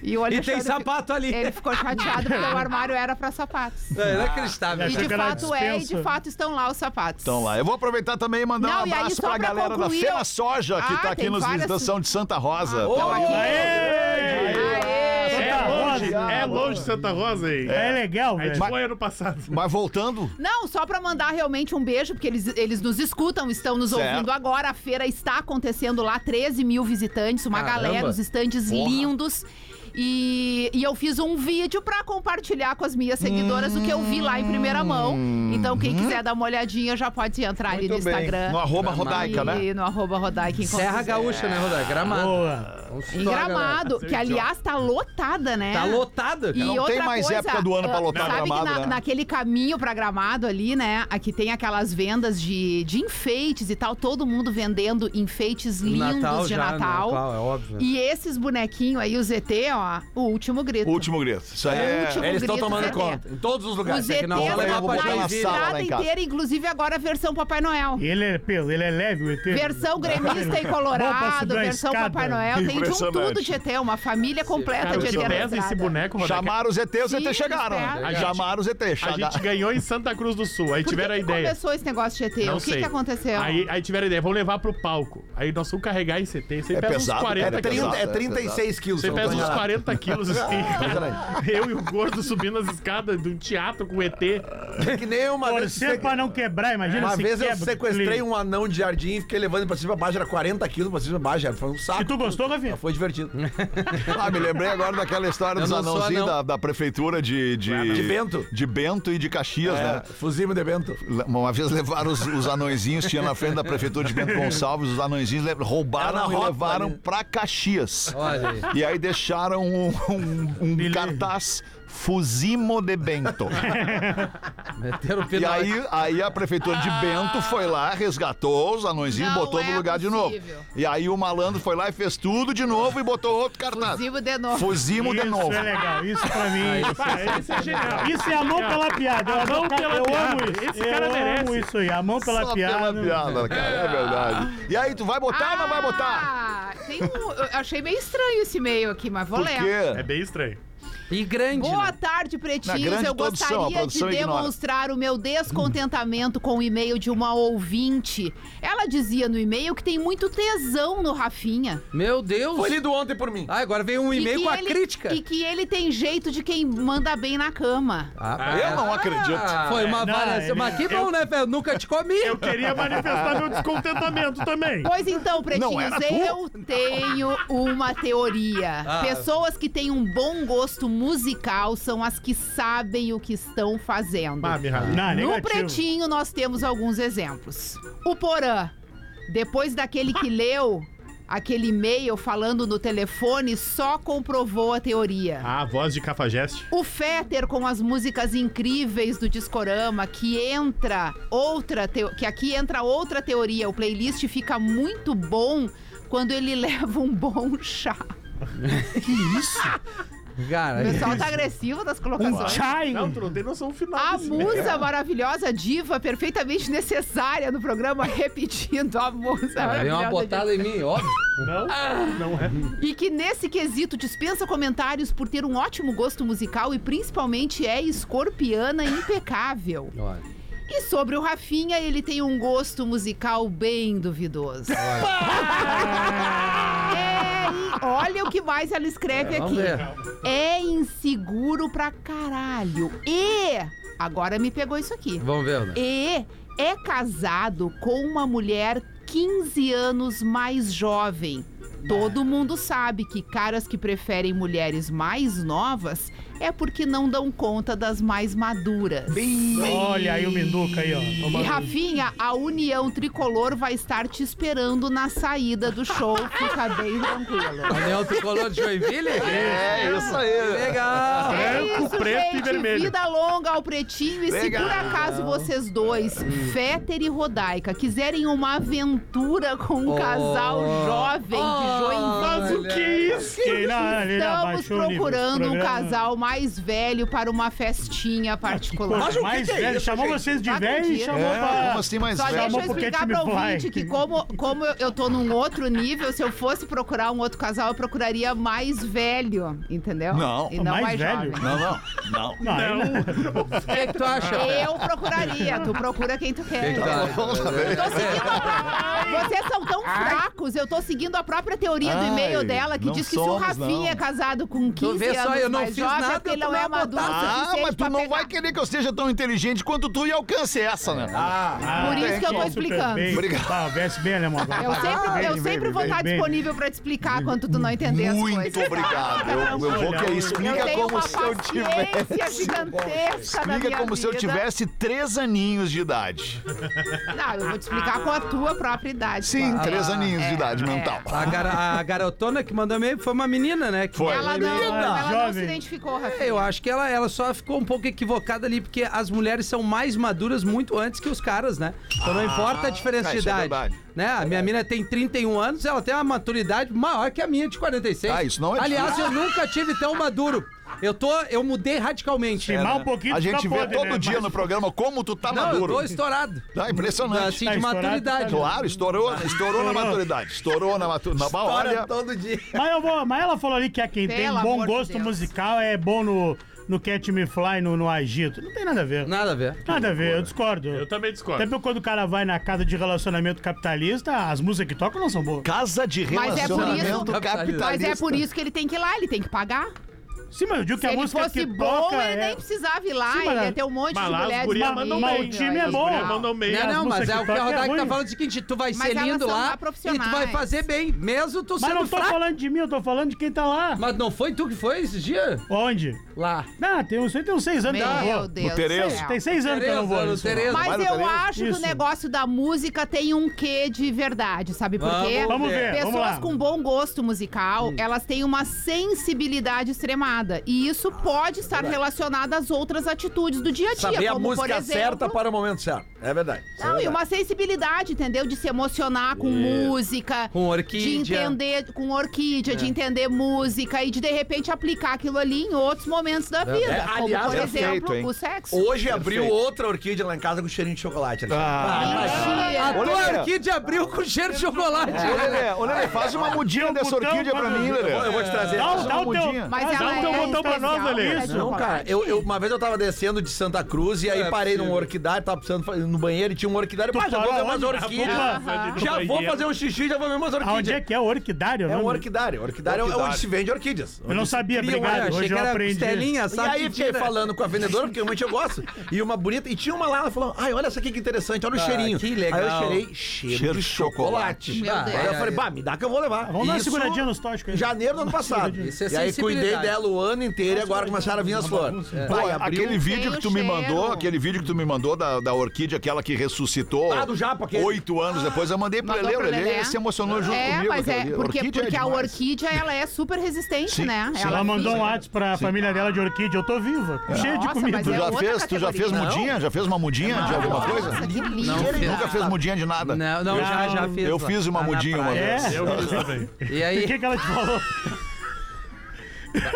S9: E o
S5: E
S9: Alexandre.
S5: tem sapato ali.
S9: Ele ficou chateado porque o armário era pra sapatos.
S5: Não, é inacreditável.
S9: E
S6: Achou
S9: de
S6: que era
S9: fato é, e de
S6: dispensa.
S9: fato estão lá os sapatos.
S4: Então lá, eu vou aproveitar também e mandar
S9: Não,
S4: um
S9: e aí,
S4: abraço
S9: só
S4: pra,
S9: pra
S4: galera
S9: concluir,
S4: da Fena
S9: eu-
S4: Soja, que
S9: Ah,
S4: tá aqui
S9: tem
S4: nos
S9: várias-
S4: estação de Santa Rosa.
S9: Então aqui-
S6: Santa
S9: Aê!
S8: É longe,
S6: Rosa.
S8: é longe Santa Rosa aí.
S6: É legal,
S8: A
S6: velho.
S8: gente foi ano passado.
S4: Mas voltando,
S9: Não, só pra mandar realmente um beijo, porque eles, eles nos escutam, estão nos
S4: Certo.
S9: ouvindo agora. A feira está acontecendo lá, 13 mil visitantes, uma
S5: Caramba.
S9: galera, os estandes lindos. E, e eu fiz um vídeo pra compartilhar com as minhas seguidoras o que eu vi lá em primeira mão.
S4: Hum.
S9: Então, quem quiser dar uma olhadinha já pode entrar ali no
S7: Muito bem.
S9: Instagram.
S4: Uhum. no arroba rodaica, né?
S9: E no arroba Rodaica em
S5: Serra Gaúcha, né, Rodaico? Gramado. É
S6: Boa.
S5: Vamos
S9: Em
S5: estourar, galera.
S9: Gramado, que aliás tá lotada,
S5: né?
S9: né?
S5: Tá lotada, cara.
S9: E
S4: Não
S9: outra
S4: tem mais
S9: coisa,
S4: época do ano pra
S9: ah,
S4: lotar
S9: sabe
S4: Gramado,
S9: que na-
S4: né?
S9: naquele caminho pra Gramado ali, né? Aqui tem aquelas vendas de, de enfeites e tal. Todo mundo vendendo enfeites lindos de
S5: já, né,
S9: Natal.
S5: claro, é óbvio.
S9: E esses bonequinhos aí, o ZT, ó, o último grito.
S4: Último grito. Isso aí
S9: É,
S4: é.
S9: último
S7: Eles estão
S9: grito,
S7: tomando
S9: ZT.
S7: conta. Em todos os
S9: O
S7: lugares.
S9: ZT
S5: na hora eu vou botar
S9: tá
S5: na
S4: sala lá
S9: na estrada
S4: em casa.
S9: inteira, inclusive agora a versão Papai Noel.
S6: Ele é peso, ele é leve o ET.
S9: Versão
S8: né?
S9: gremista e
S6: Bom pra subir
S9: colorado,
S6: a
S9: versão
S6: escada.
S9: Papai Noel, tem de um
S4: Impressionante.
S9: tudo de ET, uma família completa
S8: Cara, o
S9: de ET
S8: que
S5: é
S9: na
S8: pesa esse
S9: estrada.
S8: boneco, Rodaica?
S4: Chamaram os ET, os
S9: Sim,
S4: ET chegaram.
S9: eles
S4: né? Chamaram os ET.
S8: A
S4: chega-
S8: gente ganhou em Santa Cruz do Sul. Aí
S9: Por que
S8: tiveram a
S9: que
S8: ideia.
S9: começou esse negócio de ET?
S8: Não
S9: o que,
S8: sei.
S9: que aconteceu?
S8: Aí, aí tiveram a ideia, vamos levar pro palco. Aí nós vamos carregar esse T. Isso aí
S4: É
S8: pesa
S4: pesado,
S8: uns 40
S4: cara, é
S8: quilos.
S4: pesado.
S7: É 36 quilos.
S8: Você
S7: se eu não
S8: pesa
S7: tô
S8: uns
S7: enganado.
S8: 40 quilos assim. Eu e o gordo subindo as escadas de um teatro com o ET.
S7: É que nem uma vez.
S6: Torcer pra não quebrar, imagina
S7: Uma
S6: se
S7: vez eu
S6: quebra,
S7: sequestrei
S6: Lelê.
S7: um anão de jardim e fiquei levando ele pra cima e pra baixo, era 40 quilos pra cima e pra baixo, era- foi um saco.
S6: E tu gostou, Gavi?
S7: Foi divertido.
S4: Ah, me lembrei agora daquela história
S5: Eu
S4: dos
S5: não sou
S4: anãozinhos
S5: anão.
S4: da, da prefeitura de. De,
S7: De Bento.
S4: De Bento e de Caxias, né?
S7: É, fuzimos de vento.
S4: Le- Uma vez levaram os, os anõezinhos, tinha na frente da prefeitura de Bento Gonçalves, os anõezinhos le-
S7: Era na
S4: roubaram e
S7: rota
S4: levaram
S7: ali.
S4: pra Caxias.
S5: Olha aí.
S4: E aí deixaram um, um- um cartaz Fuzimo de Bento.
S5: Meteram o
S4: E
S5: final.
S4: aí, aí a prefeitura de Bento foi lá, resgatou os anõezinhos e
S9: Ah! Não
S4: botou no
S9: é
S4: lugar de
S9: possível.
S4: novo. E aí o malandro foi lá e fez tudo de novo e botou outro cartaz.
S9: Fuzimo de novo.
S4: Fuzimo de novo.
S6: Isso é legal, isso pra mim. isso, é-
S8: Isso é genial.
S6: isso é a mão pela piada. Eu,
S8: mão
S6: adoro-
S8: pela
S6: eu
S8: piada.
S6: amo isso.
S8: Esse
S6: eu
S8: cara
S6: amo
S8: merece.
S6: isso aí. A mão pela
S4: Só
S6: piada. né?
S4: pela piada, cara. É verdade. E aí, tu vai botar ou não vai botar?
S9: Ah, tem um- eu achei meio estranho esse e-mail aqui, mas vou
S4: Por
S9: ler.
S8: É
S4: quê?
S8: bem estranho.
S5: E grande.
S9: Boa
S5: né?
S9: tarde,
S4: Na
S9: pretinhos.
S4: grande
S9: Eu
S4: produção, a
S9: gostaria de
S4: produção ignora.
S9: demonstrar o meu descontentamento com o e-mail de uma ouvinte. Ela dizia no e-mail que tem muito tesão no Rafinha.
S5: Meu Deus.
S7: Foi lido ontem por mim.
S5: Ah, agora veio um e-mail
S9: que
S5: com a
S9: ele-
S5: crítica.
S9: E que ele tem jeito de quem manda bem na cama.
S5: Ah,
S4: Eu não acredito.
S5: Foi uma
S6: Não,
S5: variação.
S6: ele-
S5: Mas que bom, né, velho? Nunca te comi.
S8: Eu queria manifestar meu descontentamento também.
S9: Pois então,
S4: Não é era
S9: pretinhos,
S4: tu?
S9: eu tenho uma teoria.
S5: Ah.
S9: Pessoas que têm um bom gosto musical são as que sabem o que estão fazendo.
S8: Ah, me ralei.
S6: Não,
S9: no
S6: negativo.
S9: pretinho, nós temos alguns exemplos. O Porã. Depois daquele que leu aquele e-mail falando no telefone, só comprovou a teoria.
S8: Ah, voz de cafajeste.
S9: O Fetter com as músicas incríveis do Discorama, que entra outra teo- que aqui entra outra teoria. O playlist fica muito bom quando ele leva um bom chá. O
S5: Cara,
S9: pessoal tá agressivo das
S6: É Um
S9: colocações.
S6: chai.
S8: Não, tu não tem noção final.
S9: A
S8: desse
S9: musa maravilhosa, diva, perfeitamente necessária no programa, repetindo a musa
S5: deu
S9: maravilhosa.
S5: uma botada em mim, óbvio.
S8: Não, não é.
S9: E que nesse quesito dispensa comentários por ter um ótimo gosto musical e principalmente é escorpiana impecável.
S5: Olha.
S9: E sobre o Rafinha, ele tem um gosto musical bem duvidoso. É, e olha o que mais ela escreve
S5: É, Vamos
S9: aqui.
S5: ver.
S9: É inseguro pra caralho. E agora me pegou isso aqui.
S5: Vamos ver, né?
S9: E é casado com uma mulher 15 anos mais jovem. Todo mundo sabe que caras que preferem mulheres mais novas é porque não dão conta das mais maduras.
S6: Olha aí o Minduca aí, ó.
S9: E
S6: Toma-
S9: Rafinha, a União Tricolor vai estar te esperando na saída do show. Fica bem tranquilo.
S5: Anel tricolor É de Joinville?
S4: É isso aí.
S5: Legal!
S9: É
S8: Branco,
S9: isso,
S8: preto e
S9: gente.
S8: vermelho.
S9: Vida longa ao pretinho. E se
S4: Legal.
S9: por acaso vocês dois, Féter e Rodaica, quiserem uma aventura com um
S5: Oh.
S9: casal jovem
S6: Oh.
S9: de Joinville.
S5: Olha.
S6: isso? Que na- ele
S9: Estamos
S6: abaixou o nível desse
S9: procurando um
S6: programa.
S9: casal mais velho para uma festinha particular.
S6: Mas o mais
S8: é
S6: que velho, chamou vocês de
S9: Não
S6: velho e
S9: acredito.
S6: chamou
S4: É,
S6: pra...
S4: como assim mais
S9: Só
S4: velho?
S9: deixa eu
S6: Chamou pro
S9: explicar
S6: Catch Me
S9: pra ouvinte
S6: Fly.
S9: que como, como eu- eu tô num outro nível, se eu fosse procurar um outro casal, eu procuraria mais velho, entendeu?
S4: Não.
S9: E não mais,
S6: Mais velho?
S9: jovem.
S4: Não, não, não.
S6: Não, aí não.
S5: O que, que tu acha?
S9: Eu procuraria, tu procura quem tu
S5: Que
S9: quer.
S5: que tu acha?
S9: Tô seguindo a própria... Vocês são tão fracos, eu tô seguindo a própria teoria do
S4: Ai,
S9: e-mail dela, que
S4: não
S9: diz que se o
S4: somos,
S9: Rafinha
S4: não.
S9: é casado com 15
S5: vê só,
S9: anos
S5: eu não
S9: mais
S5: fiz
S9: jovem,
S5: nada,
S9: é porque ele
S5: tu
S9: não é
S5: não
S9: maduro o
S4: Ah,
S9: suficiente
S4: mas tu
S9: pra
S4: não
S9: pegar.
S4: vai querer que eu seja tão inteligente quanto tu e alcance essa, né?
S9: Ah, Por isso que eu tô
S6: Ah, Super
S9: explicando.
S6: bem.
S4: Obrigado.
S6: Ah, veste bem, alemão.
S9: Eu sempre, eu
S6: Bem,
S9: sempre
S6: bem,
S9: vou
S6: bem,
S9: estar
S6: bem.
S9: disponível pra te explicar quando tu não entender as coisas.
S4: Muito obrigado. Eu, eu vou que é
S9: Eu
S4: explica
S9: tenho
S4: como
S9: uma
S4: se eu tivesse.
S9: paciência gigantesca Tá na
S4: Explica
S9: minha
S4: como se eu
S9: vida.
S4: tivesse três aninhos de idade.
S9: Não, eu vou te explicar com a tua própria idade.
S4: Sim,
S9: claro.
S4: três aninhos
S9: é,
S4: de idade
S9: é.
S4: mental.
S5: A, gar- a garotona que mandou e-mail foi uma menina, né? Que
S4: Foi.
S9: Ela não,
S6: Menina,
S9: ela não se
S6: jovem.
S9: identificou, Rafinha.
S5: É, Eu acho que ela, ela só ficou um pouco equivocada ali, porque as mulheres são mais maduras muito antes que os caras, né? Então não importa a diferença
S4: Ah,
S5: de
S4: isso é
S5: idade.
S4: verdade.
S5: né? A minha mina tem 31 anos, ela tem uma maturidade maior que a minha de 46.
S4: Ah, isso não é
S5: Aliás, eu nunca tive tão maduro. Eu tô, eu mudei radicalmente.
S6: Se mal um pouquinho,
S4: A
S6: tu tá
S4: gente vê
S6: podre,
S4: todo
S6: né?
S4: dia
S6: Mas-
S4: no programa como tu tá
S5: Não, eu
S4: maduro.
S5: tô estourado.
S4: Tá
S5: Assim,
S4: impressionante.
S9: É
S5: de
S6: Tá estourado,
S5: maturidade.
S6: tá
S4: Claro, estourou, estourou na maturidade. Estourou na maturidade. Na
S7: Olha,
S4: olha,
S7: todo dia.
S6: Mas, eu vou, mas ela falou ali que é quem tem
S9: Pelo amor
S6: bom
S9: de
S6: gosto
S9: Deus.
S6: musical é bom no, no Catch Me Fly, no, no Agito. Não tem nada a ver.
S5: Nada a ver.
S6: Nada a ver, eu discordo.
S8: Eu também discordo.
S6: Até porque quando o cara vai na casa de relacionamento capitalista, as músicas que tocam não são boas.
S4: casa de
S9: Mas é por isso-
S4: relacionamento
S5: Tá
S4: capitalista.
S9: Mas é por isso que ele tem que ir lá, ele tem que pagar.
S6: Sim, mas eu digo que
S9: Se
S6: a
S9: ele
S6: música que
S9: fosse bom,
S6: toca
S9: ele
S6: é...
S9: nem precisava ir lá,
S6: Sim, mas
S9: ele
S6: lá-
S9: ia ter um monte
S8: mas
S9: de
S8: lá as
S9: mulheres.
S8: gurias
S9: bonitas.
S8: mandam
S6: Mas o time é
S9: Não,
S6: bom.
S8: Não, não, meio.
S5: Não,
S6: as
S5: não, mas
S6: músicas
S5: é
S6: que
S5: o que
S6: tocam
S5: a
S6: é
S5: Rodaica tá
S6: ruim.
S5: falando é o seguinte, tu vai
S9: Mas
S5: ser
S9: elas
S5: lindo
S9: são
S5: lá
S9: lá
S5: e tu vai
S9: profissionais.
S5: fazer bem, mesmo tu
S6: Mas
S5: sendo
S6: não tô
S5: fraco.
S6: falando de mim, eu tô falando de quem tá lá.
S5: Mas não foi tu que foi esse dia?
S6: Onde?
S5: Lá.
S6: Ah, tem uns, tem uns seis anos que eu não
S9: Meu
S6: vou.
S9: Deus
S4: O
S9: do
S4: Terezo.
S9: céu.
S6: Tem seis anos que eu não vou.
S5: Tereza,
S6: nisso.
S5: Tereza.
S4: Vai
S9: Mas
S4: no
S9: eu
S4: Tereza.
S9: acho que o
S6: Isso.
S9: negócio da música tem um quê de verdade, sabe? Porque
S5: Vamos
S6: Vamos ver,
S9: pessoas
S6: vamos lá. Hum.
S9: com bom gosto musical, elas têm uma sensibilidade extremada. E isso pode estar relacionado às outras atitudes do dia a dia.
S7: Saber a
S9: como, por
S7: música
S9: exemplo,
S7: certa para o momento certo. É verdade. Isso é
S9: Não, e
S7: verdade.
S9: uma sensibilidade, entendeu? De se emocionar
S4: É.
S9: com música.
S5: Com
S9: De
S5: orquídea.
S9: entender, com orquídea,
S4: É.
S9: de entender música e de, de repente, aplicar aquilo ali em outros momentos da vida.
S7: É,
S9: como,
S7: aliás,
S9: por
S4: perfeito,
S9: exemplo,
S4: hein?
S9: o sexo.
S7: Hoje abriu outra orquídea lá em casa com cheirinho de chocolate. né?
S5: Ah,
S6: Ah.
S7: Alexandre.
S5: A
S9: Mentira.
S4: Olha aí. É,
S5: tua orquídea abriu com cheiro de chocolate.
S4: Ô, Lelê, ô, Lelê, faz uma
S9: um
S4: mudinha
S6: Botão
S4: dessa
S6: pra-
S4: orquídea pra mim,
S7: Eu vou- Ah, Eu
S4: Lelê.
S7: vou te trazer.
S6: Dá,
S4: Só
S6: o- dá
S4: uma
S6: o teu.
S4: mudinha.
S9: Mas
S6: dá
S9: ela
S6: o teu
S9: é
S6: botão pra nós,
S9: especial,
S6: Lelê.
S9: é de
S7: Não, cara, eu, eu- uma vez eu tava descendo de Santa Cruz e aí
S5: É
S7: parei
S5: possível.
S7: num orquidário, tava precisando fa- no banheiro e tinha um orquidário. Pá, já vou
S6: parou
S7: ver umas
S6: onde?
S7: orquídeas.
S6: Ah,
S7: Já vou fazer um xixi, já vou ver umas
S6: Aonde é
S7: orquídeas.
S6: que é? Orquidário?
S7: É
S6: não?
S7: um orquidário. Orquidário é
S4: Orquidário.
S7: onde se vende orquídeas.
S6: Eu não sabia,
S7: Cria um
S6: obrigado.
S5: achei
S6: Hoje
S5: que
S6: eu
S5: era
S6: aprendi.
S5: costelinha,
S7: E
S5: sabe?
S7: aí fiquei falando com a vendedora, porque realmente eu gosto. E uma bonita. E tinha uma lá, ela falou: Ai, olha essa aqui que interessante, olha o
S5: Ah,
S7: cheirinho.
S5: que legal.
S7: Aí eu cheirei cheiro,
S4: Cheiro
S7: de
S4: de chocolate.
S7: chocolate.
S5: Meu
S7: Aí
S5: Deus.
S7: eu falei, bah, me dá que eu vou levar.
S6: Vamos dar uma
S7: Isso
S6: seguradinha nos tóxicos
S7: Em
S6: aí.
S7: janeiro do ano passado.
S5: Isso é
S7: e aí
S5: sensibilidade.
S7: cuidei dela o o ano inteiro e agora começaram a vir as flores.
S4: Pô,
S7: Vai, abriu.
S4: aquele vídeo
S9: Tem
S4: que
S9: o
S4: tu me
S9: um cheiro.
S4: mandou, aquele vídeo que tu me mandou da, da orquídea, aquela que ressuscitou
S7: Ah, do japa, aquele.
S4: oito anos depois, eu mandei pro
S9: Mandou
S4: Leleu,
S9: pro Lelé.
S4: ele se emocionou junto
S9: é,
S4: comigo.
S9: mas é,
S4: aquele-
S9: porque,
S4: orquídea é
S9: porque a
S4: demais.
S9: orquídea, ela é super resistente,
S4: Sim,
S9: né?
S4: sim.
S6: Ela mandou um
S9: fica-
S6: WhatsApp pra família dela de orquídea. Eu tô viva, cheio de
S9: Nossa,
S6: comida.
S9: mas
S4: Tu
S9: é
S4: já,
S9: outra
S4: fez, tu já fez
S9: categoria.
S4: mudinha? Já fez uma mudinha de alguma coisa?
S9: Nossa, que lindo.
S5: Não, fez.
S4: Nunca fez mudinha de nada.
S5: Não, não, já, já fiz.
S4: Eu
S5: lá.
S4: fiz uma
S5: Lá na
S4: mudinha uma
S5: praia.
S4: vez.
S6: É?
S8: Eu fiz também.
S5: E
S6: O que,
S5: aí,
S6: que ela te falou?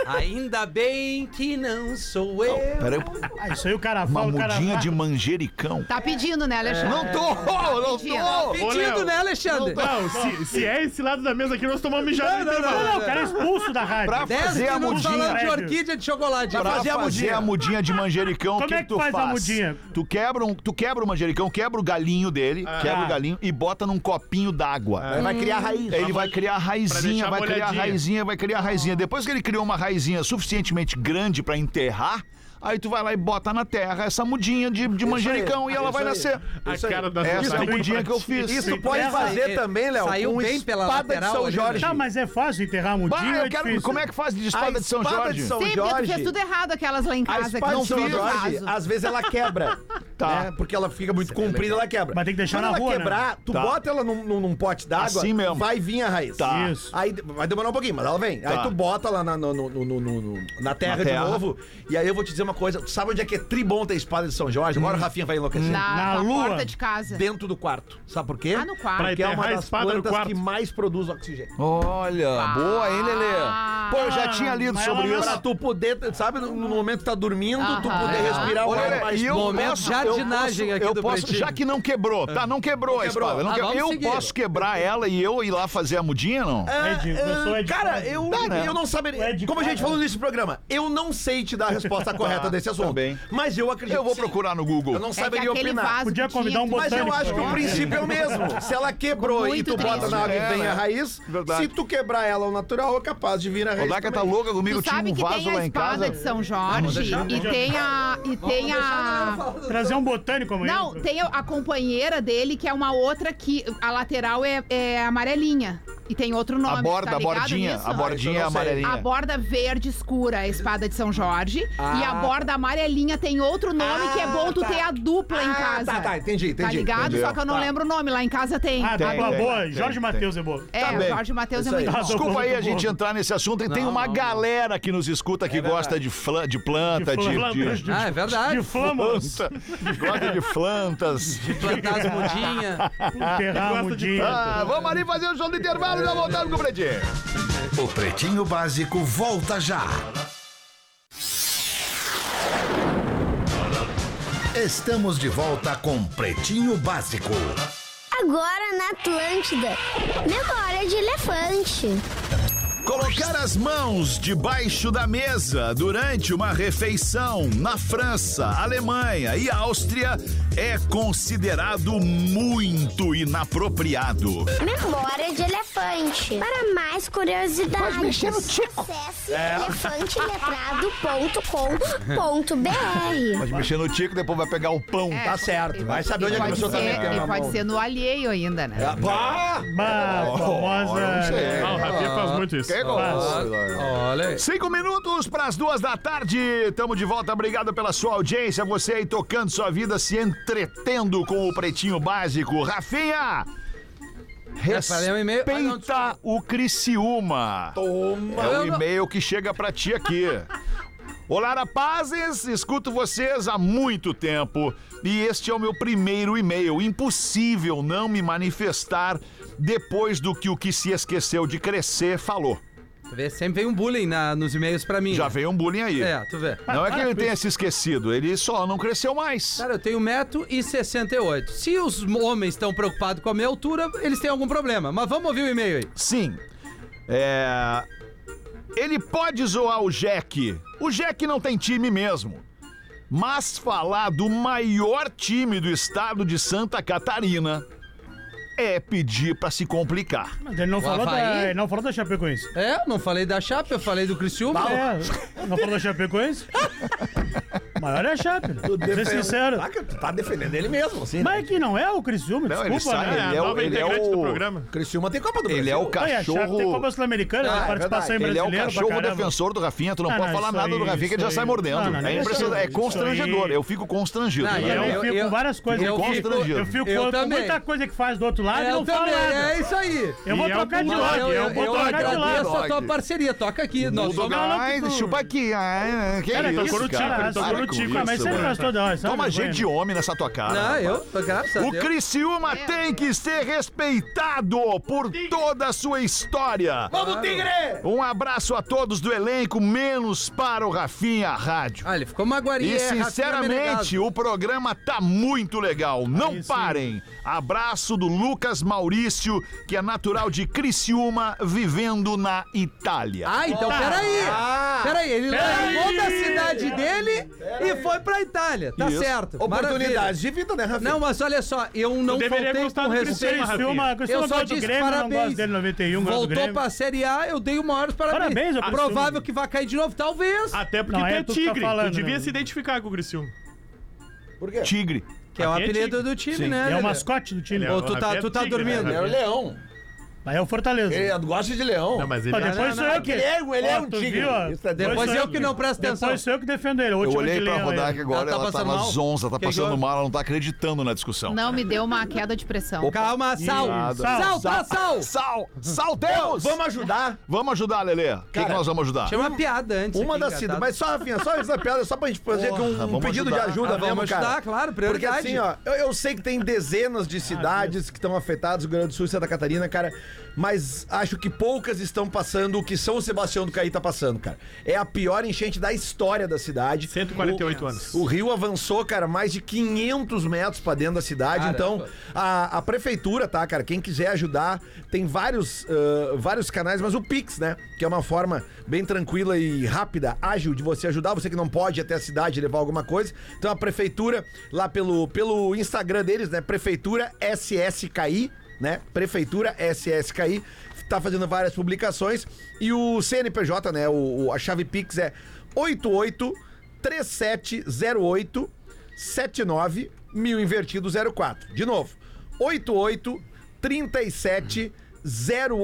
S5: ainda bem que não sou eu.
S4: Peraí,
S6: Ah, isso aí o cara
S4: uma
S6: fala, o cara
S4: mudinha
S6: fala.
S4: de manjericão.
S9: Tá pedindo, né, Alexandre?
S4: Não tô, não tô.
S8: Ô,
S5: Pedindo,
S8: Léo,
S5: né, Alexandre?
S8: Não, se, se é esse lado da mesa aqui, nós tomamos
S5: Não,
S8: mijada.
S5: não,
S8: inteira.
S5: não,
S6: Não, o cara é expulso da rádio.
S4: Pra
S5: Dez
S4: fazer a
S5: minutos
S4: mudinha.
S5: falando de
S6: Prédio.
S5: orquídea de chocolate.
S4: Pra fazer, a, mudinha. de manjericão, o
S6: Como
S4: que,
S6: é
S4: que
S6: que
S4: tu faz?
S6: faz a mudinha?
S4: Tu quebra, um, tu quebra o manjericão, quebra o galinho dele, quebra o galinho e bota num copinho d'água.
S7: Vai criar raiz. Tá
S4: Ele vai criar a raizinha,
S8: deixar
S4: vai criar a
S8: molhadinha.
S4: raizinha, vai criar a raizinha. Depois que ele criou uma raizinha suficientemente grande pra enterrar, aí tu vai lá e bota na terra essa mudinha de, de um manjericão e ela
S7: isso
S4: vai
S7: aí.
S4: nascer.
S8: A cara da
S4: Essa é a
S8: Susana
S4: mudinha
S8: pra
S4: que eu
S8: ti.
S4: fiz.
S7: Isso
S6: Sim.
S7: pode
S6: Essa-
S7: fazer
S5: é-
S7: também, Léo,
S5: saiu
S7: com
S5: bem pela
S7: espada de
S5: lateral
S7: São
S5: ali, né?
S7: Jorge.
S6: Tá, mas é fácil enterrar um mudinho,
S4: Bah,
S6: é
S4: eu quero,
S6: difícil.
S4: como é que faz de
S7: A
S4: espada de São
S7: espada
S4: Jorge?
S7: de São
S9: Sim, porque tu
S7: Jorge.
S9: fez tudo errado aquelas lá em
S7: A
S9: casa.
S7: espada
S9: que
S7: de São
S9: não
S7: Jorge,
S9: fez
S7: às vezes ela quebra.
S4: Tá.
S7: né? Porque ela fica muito comprida, ela quebra.
S6: Mas tem que deixar
S7: Quando
S6: na
S7: ela
S6: rua, né?
S7: quebrar, tu
S4: Tá.
S7: bota ela num, num- num pote d'água,
S4: Assim mesmo.
S7: vai vir a raiz.
S4: Tá.
S6: Isso.
S7: Aí de- vai demorar um pouquinho, mas ela vem. Aí tu bota lá na, no- no- no- no- no- no- na terra
S4: Na
S7: de
S4: terra.
S7: novo. E aí eu vou te dizer uma coisa: tu sabe onde é que é tribom ter espada de São Jorge?
S4: Hum.
S7: Agora o Rafinha vai enlouquecer.
S9: Na,
S6: Na
S9: na
S6: lua.
S9: porta de casa.
S7: Dentro do quarto. Sabe por quê?
S9: Ah, no quarto.
S8: Pra
S7: Porque é uma
S8: enterrar a
S7: das
S8: espada no
S7: plantas
S8: quarto.
S7: que mais produz oxigênio.
S4: Olha, boa, hein, Lelê?
S9: Ah.
S4: Pô, eu já tinha lido
S6: Mas
S4: sobre
S6: ela não
S4: isso.
S7: Pra tu poder, sabe, no no momento que tá dormindo, tu
S9: Aham.
S7: poder respirar o
S4: Olha,
S7: ar mais
S4: e eu
S5: momento
S4: posso,
S5: jardinagem
S4: eu posso,
S5: aqui
S4: eu
S5: do
S4: posso,
S5: Pretinho.
S4: Já que não quebrou, tá? Não quebrou, a
S7: quebrou.
S4: espada. não
S5: Ah,
S4: quebrou.
S5: vamos
S4: eu
S5: seguir.
S4: posso quebrar ela e eu ir lá fazer a mudinha, não?
S7: Ah,
S6: Ed, eu sou
S7: ah,
S6: Ed
S7: cara,
S6: Fábio.
S7: eu,
S4: Dá, né?
S7: eu não saberia.
S6: O Ed
S7: Como a gente
S6: Fábio.
S7: falou no início do programa, eu não sei te dar a resposta correta desse assunto.
S4: bem.
S7: Mas eu acredito.
S4: Tá, eu vou
S7: que sim.
S4: procurar no Google.
S7: Eu não
S9: É que
S7: saberia
S9: aquele
S7: opinar.
S9: vaso
S6: Podia
S9: que tinha
S6: convidar um
S9: que-
S7: Mas eu
S6: Botânico.
S7: acho que o princípio é o mesmo. Se ela quebrou e
S9: Muito
S7: tu bota
S9: triste.
S7: na água
S4: É,
S7: e vem
S4: né?
S7: a raiz,
S4: Verdade.
S7: se tu quebrar ela ao natural, é capaz de vir a
S4: O
S7: raiz.
S4: Daca tá
S7: também.
S4: louca comigo,
S9: Tu
S4: tinha
S9: sabe
S4: um
S9: que
S4: vaso
S9: tem
S4: lá
S9: a
S4: em
S9: espada
S4: casa.
S9: de São Jorge
S5: deixar,
S9: e tem a. E tem a.
S6: Trazer um botânico amanhã.
S9: Não, tem a companheira dele, que é uma outra que a lateral é, é amarelinha. E tem outro nome.
S4: A borda,
S9: tá
S4: a
S9: ligado
S4: bordinha,
S9: nisso?
S4: a bordinha
S7: Ah,
S4: é
S7: isso eu não sei.
S9: A
S4: amarelinha.
S9: borda verde escura, a espada de São Jorge. E a borda amarelinha tem outro nome que é bom tu
S7: Ah. tá.
S9: ter a dupla em
S7: Ah,
S9: casa.
S7: Tá, tá, entendi, entendi.
S9: Tá ligado?
S7: entendi. Tá
S9: Só que eu não lembro o nome. Lá em casa tem. Tá
S6: Ah,
S4: Tem,
S6: dupla
S4: tem,
S6: boa.
S4: tem,
S6: Jorge
S4: tem.
S6: Matheus é boa.
S9: é,
S4: bem.
S9: o Jorge Matheus é
S7: Isso aí.
S9: muito
S6: Tá,
S9: bom.
S4: Desculpa aí a
S6: Boa.
S4: gente entrar nesse assunto e tem
S5: Não,
S4: uma
S5: não, não.
S4: galera que nos escuta que gosta de, flan, de planta, de,
S6: flan-
S4: de,
S6: de-
S5: Ah, é verdade.
S6: De
S4: Tipo,
S6: flamas.
S4: planta, gosta de plantas.
S5: Plantar
S4: tipo.
S5: as mudinhas.
S6: Enterrar um dia.
S4: Ah, vamos ali fazer o show do intervalo e já voltamos com o Predinho.
S3: O Pretinho Básico volta já. Estamos de volta com Pretinho Básico.
S10: Agora na Atlântida. Memória de elefante.
S4: Colocar as mãos debaixo da mesa durante uma refeição na França, Alemanha e Áustria é considerado muito inapropriado.
S10: Memória de elefante. Para mais curiosidades. Pode mexer no tico. É. Acesse elefanteletrado.com.br.
S4: Pode mexer no tico, depois vai pegar o pão.
S9: É,
S7: Tá certo.
S9: e
S7: Vai saber onde é que a
S9: pode
S7: pessoa tá Ah,
S9: ser-
S7: metendo
S9: E
S7: a
S9: pode
S7: mão. É.
S9: ser no alheio ainda, né?
S7: Bah!
S6: Bah,
S4: não
S6: famosa.
S4: sei.
S8: Não, o Rafinha faz muito isso.
S4: é Que gosto.
S5: Olha.
S4: Cinco minutos para as duas da tarde. Tamo de volta. Obrigado pela sua audiência. Você aí tocando sua vida, se entretendo com o Pretinho Básico. Rafinha!
S5: É, falei um e-mail. Ah, não,
S4: Respeita o Criciúma.
S7: Toma!
S4: É
S5: Eu
S4: o
S5: não-
S4: e-mail que chega pra ti aqui. Olá, rapazes! Escuto vocês há muito tempo e este é o meu primeiro e-mail. Impossível não me manifestar depois do que o que se esqueceu de crescer falou.
S5: Tu vê, sempre vem um bullying na- nos e-mails pra mim.
S4: Já
S5: né?
S4: veio um bullying aí.
S5: É, tu vê.
S4: Não é que ele tenha se esquecido, ele só não cresceu mais.
S5: Cara, eu tenho 1,68m. Se os homens estão preocupados com a minha altura, eles têm algum problema. Mas vamos ouvir o e-mail aí.
S4: Sim. É. Ele pode zoar o Jack. O Jack não tem time mesmo. Mas falar do maior time do estado de Santa Catarina é pedir pra se complicar.
S6: Mas ele não
S5: O
S6: falou, da,
S5: Havaí?
S6: ele não falou da Chapecoense.
S4: Tá
S5: É, eu não falei da chapa, eu falei do Criciúma.
S6: É, não falou da Chapecoense? Maior é a Chape. né? Vou ser sincero.
S7: Tá, tu tá defendendo ele mesmo, assim.
S6: Mas é que não é o
S4: Não,
S6: Criciúma, desculpa.
S4: ele sai,
S6: né?
S4: ele é o.
S8: nova
S4: Ele é
S8: integrante do
S4: o
S8: programa.
S7: Criciúma tem Copa do Brasil.
S4: ele é o
S6: Não, e a Chape tem Copa
S4: cachorro.
S6: Sul-Americana,
S7: Ah, é
S6: participação em
S4: Ele é o
S6: brasileiro.
S4: cachorro defensor do Rafinha, tu não
S6: Ah,
S4: pode
S6: não,
S4: falar
S6: isso
S4: nada do
S6: aí,
S4: Rafinha que ele já
S6: isso
S4: sai
S6: aí.
S4: mordendo.
S6: Não, não, não,
S4: é
S6: isso
S4: impressionante,
S6: aí,
S4: é
S6: isso
S4: constrangedor.
S6: aí. é
S4: Eu fico constrangido.
S5: Não,
S4: né?
S5: eu-
S6: Eu, eu fico com várias coisas.
S5: eu
S6: Eu, fico,
S4: constrangido.
S6: eu fico
S5: Eu
S6: com
S5: também.
S6: muita coisa que faz do outro lado e
S5: eu
S6: não falo
S5: também,
S6: nada.
S5: é isso aí.
S6: Eu vou
S8: E é o
S6: trocar de
S8: Dog,
S6: lado.
S5: eu, eu,
S6: Eu vou
S5: eu
S6: trocar de
S5: agradeço
S6: lado.
S5: a tua parceria, toca aqui.
S4: Muda
S5: Nós
S4: o
S5: somos-
S4: gás,
S6: tu-
S4: chupa aqui. Ah, que
S8: Cara,
S4: isso,
S8: tocou no
S4: cara.
S8: Tico, ele tocou
S4: Para
S8: no
S4: com
S8: Tico,
S6: Ah, mas
S4: isso,
S6: você
S4: mano.
S6: faz toda hora. sabe,
S4: Toma
S6: Bueno?
S4: gente homem nessa tua cara.
S5: Não,
S4: rapaz.
S5: eu, graças a
S4: O
S5: Deus.
S4: Criciúma
S6: É,
S4: tem que ser respeitado por toda a sua história.
S7: Vamos, Tigre!
S4: Um abraço a todos do elenco, menos para o Rafinha Rádio.
S5: Ah, ele ficou maguari.
S4: E
S5: é, Rafinha
S4: sinceramente,
S5: Menegaso.
S4: o programa tá muito legal. Não
S6: Aí sim.
S4: parem. Abraço do Lucas Maurício, que é natural de Criciúma, vivendo na Itália.
S5: Ah, então
S6: Tá.
S5: peraí.
S7: Ah.
S5: Peraí, ele
S6: Peraí.
S5: largou da cidade dele e foi pra Itália. Tá
S4: Isso.
S5: certo. Maravilha.
S7: Oportunidades de vida, né, Rafinha?
S5: Não, mas olha só, eu não
S8: deveria
S5: faltei
S8: gostar
S5: com
S8: do
S5: respeito.
S8: Cristiano
S6: Criciúma,
S8: Rafinha.
S6: Criciúma,
S5: Eu
S6: Criciúma
S5: só
S6: gosta do
S5: disse
S6: Grêmio, não gosta
S5: parabéns.
S6: dele 91, gosta do
S5: Voltou
S6: Grêmio.
S5: pra Série A, eu dei o maior parabéns.
S6: Parabéns ao Criciúma.
S5: Provável que vai cair de novo, talvez.
S8: Até porque
S6: Não,
S8: tu
S6: é
S8: é,
S6: tu que tá
S8: tigre.
S6: falando,
S8: tu devia
S6: né?
S8: se identificar com o Criciúma.
S7: Por quê?
S4: Tigre.
S5: que é o
S8: Rafinha é
S5: apelido
S8: tigre.
S5: do time,
S8: Sim,
S5: né?
S6: É
S5: Lelê?
S6: o mascote do time.
S8: Ele é
S5: Ô,
S8: o
S5: tu tá-
S8: Rafinha
S5: tu tá
S8: tigre, né,
S5: dormindo.
S8: Rafinha?
S7: É o leão.
S6: Aí é o Fortaleza.
S7: Ele gosta de leão.
S8: Não, mas ele
S6: Pô,
S8: é...
S6: depois
S5: não,
S6: sou eu
S5: não,
S6: que...
S7: Ele é, ele é
S6: Ó,
S7: um
S6: tu
S7: tigre.
S6: viu, ó?
S7: Isso tá-
S5: Depois
S6: Depois
S5: eu
S6: eu-
S5: que não presto atenção.
S6: Depois sou eu que defendo ele.
S4: Eu
S6: Última
S4: olhei
S6: de né?
S4: pra
S6: leão,
S4: Rodaica
S6: ele.
S4: agora,
S5: Ela tá
S4: ela tá
S5: passando
S4: na
S5: mal?
S4: zonza, tá
S5: Que que
S4: passando
S5: houve?
S4: mal, ela não tá acreditando na discussão.
S9: Não, me deu uma queda de pressão.
S5: Calma, sal.
S6: Sal,
S5: Sal, tá, sal.
S4: Sal! Sal, Deus!
S7: Vamos ajudar.
S4: Vamos ajudar, Lelê. O que,
S7: Cara,
S4: que nós vamos ajudar?
S5: Tinha uma piada antes.
S7: Uma
S5: aqui, tá?
S7: das
S5: engatado.
S7: cidades. Mas só, Rafinha, só essa piada, só pra gente fazer aqui
S4: Porra,
S7: um,
S4: vamos
S7: pedido
S4: ajudar.
S7: de ajuda
S5: Ah,
S7: mesmo,
S5: vamos
S7: cara.
S5: ajudar, claro,
S7: Porque
S5: prioridade.
S7: assim, ó, eu, eu sei que tem dezenas
S6: Ah,
S7: de cidades que estão afetadas, o Rio Grande do Sul e Santa Catarina, cara, mas acho que poucas estão passando o que São Sebastião do Caí tá passando, cara. É a pior enchente da história da cidade.
S8: 148 anos.
S7: O rio avançou, cara, mais de 500 metros pra dentro da cidade.
S5: Caramba.
S7: Então, a, a prefeitura, tá, cara? Quem quiser ajudar, tem vários, ah, vários canais, mas o Pix, né? Que é uma forma bem tranquila e rápida, ágil de você ajudar. Você que não pode ir até a cidade levar alguma coisa. Então, a prefeitura, lá pelo, pelo Instagram deles, né? Prefeitura SSKI, né? Prefeitura SSKI. Tá fazendo várias publicações. E o CNPJ, né? O, o- a chave Pix é 88... 3708 79 mil invertido 04. De novo, 88 37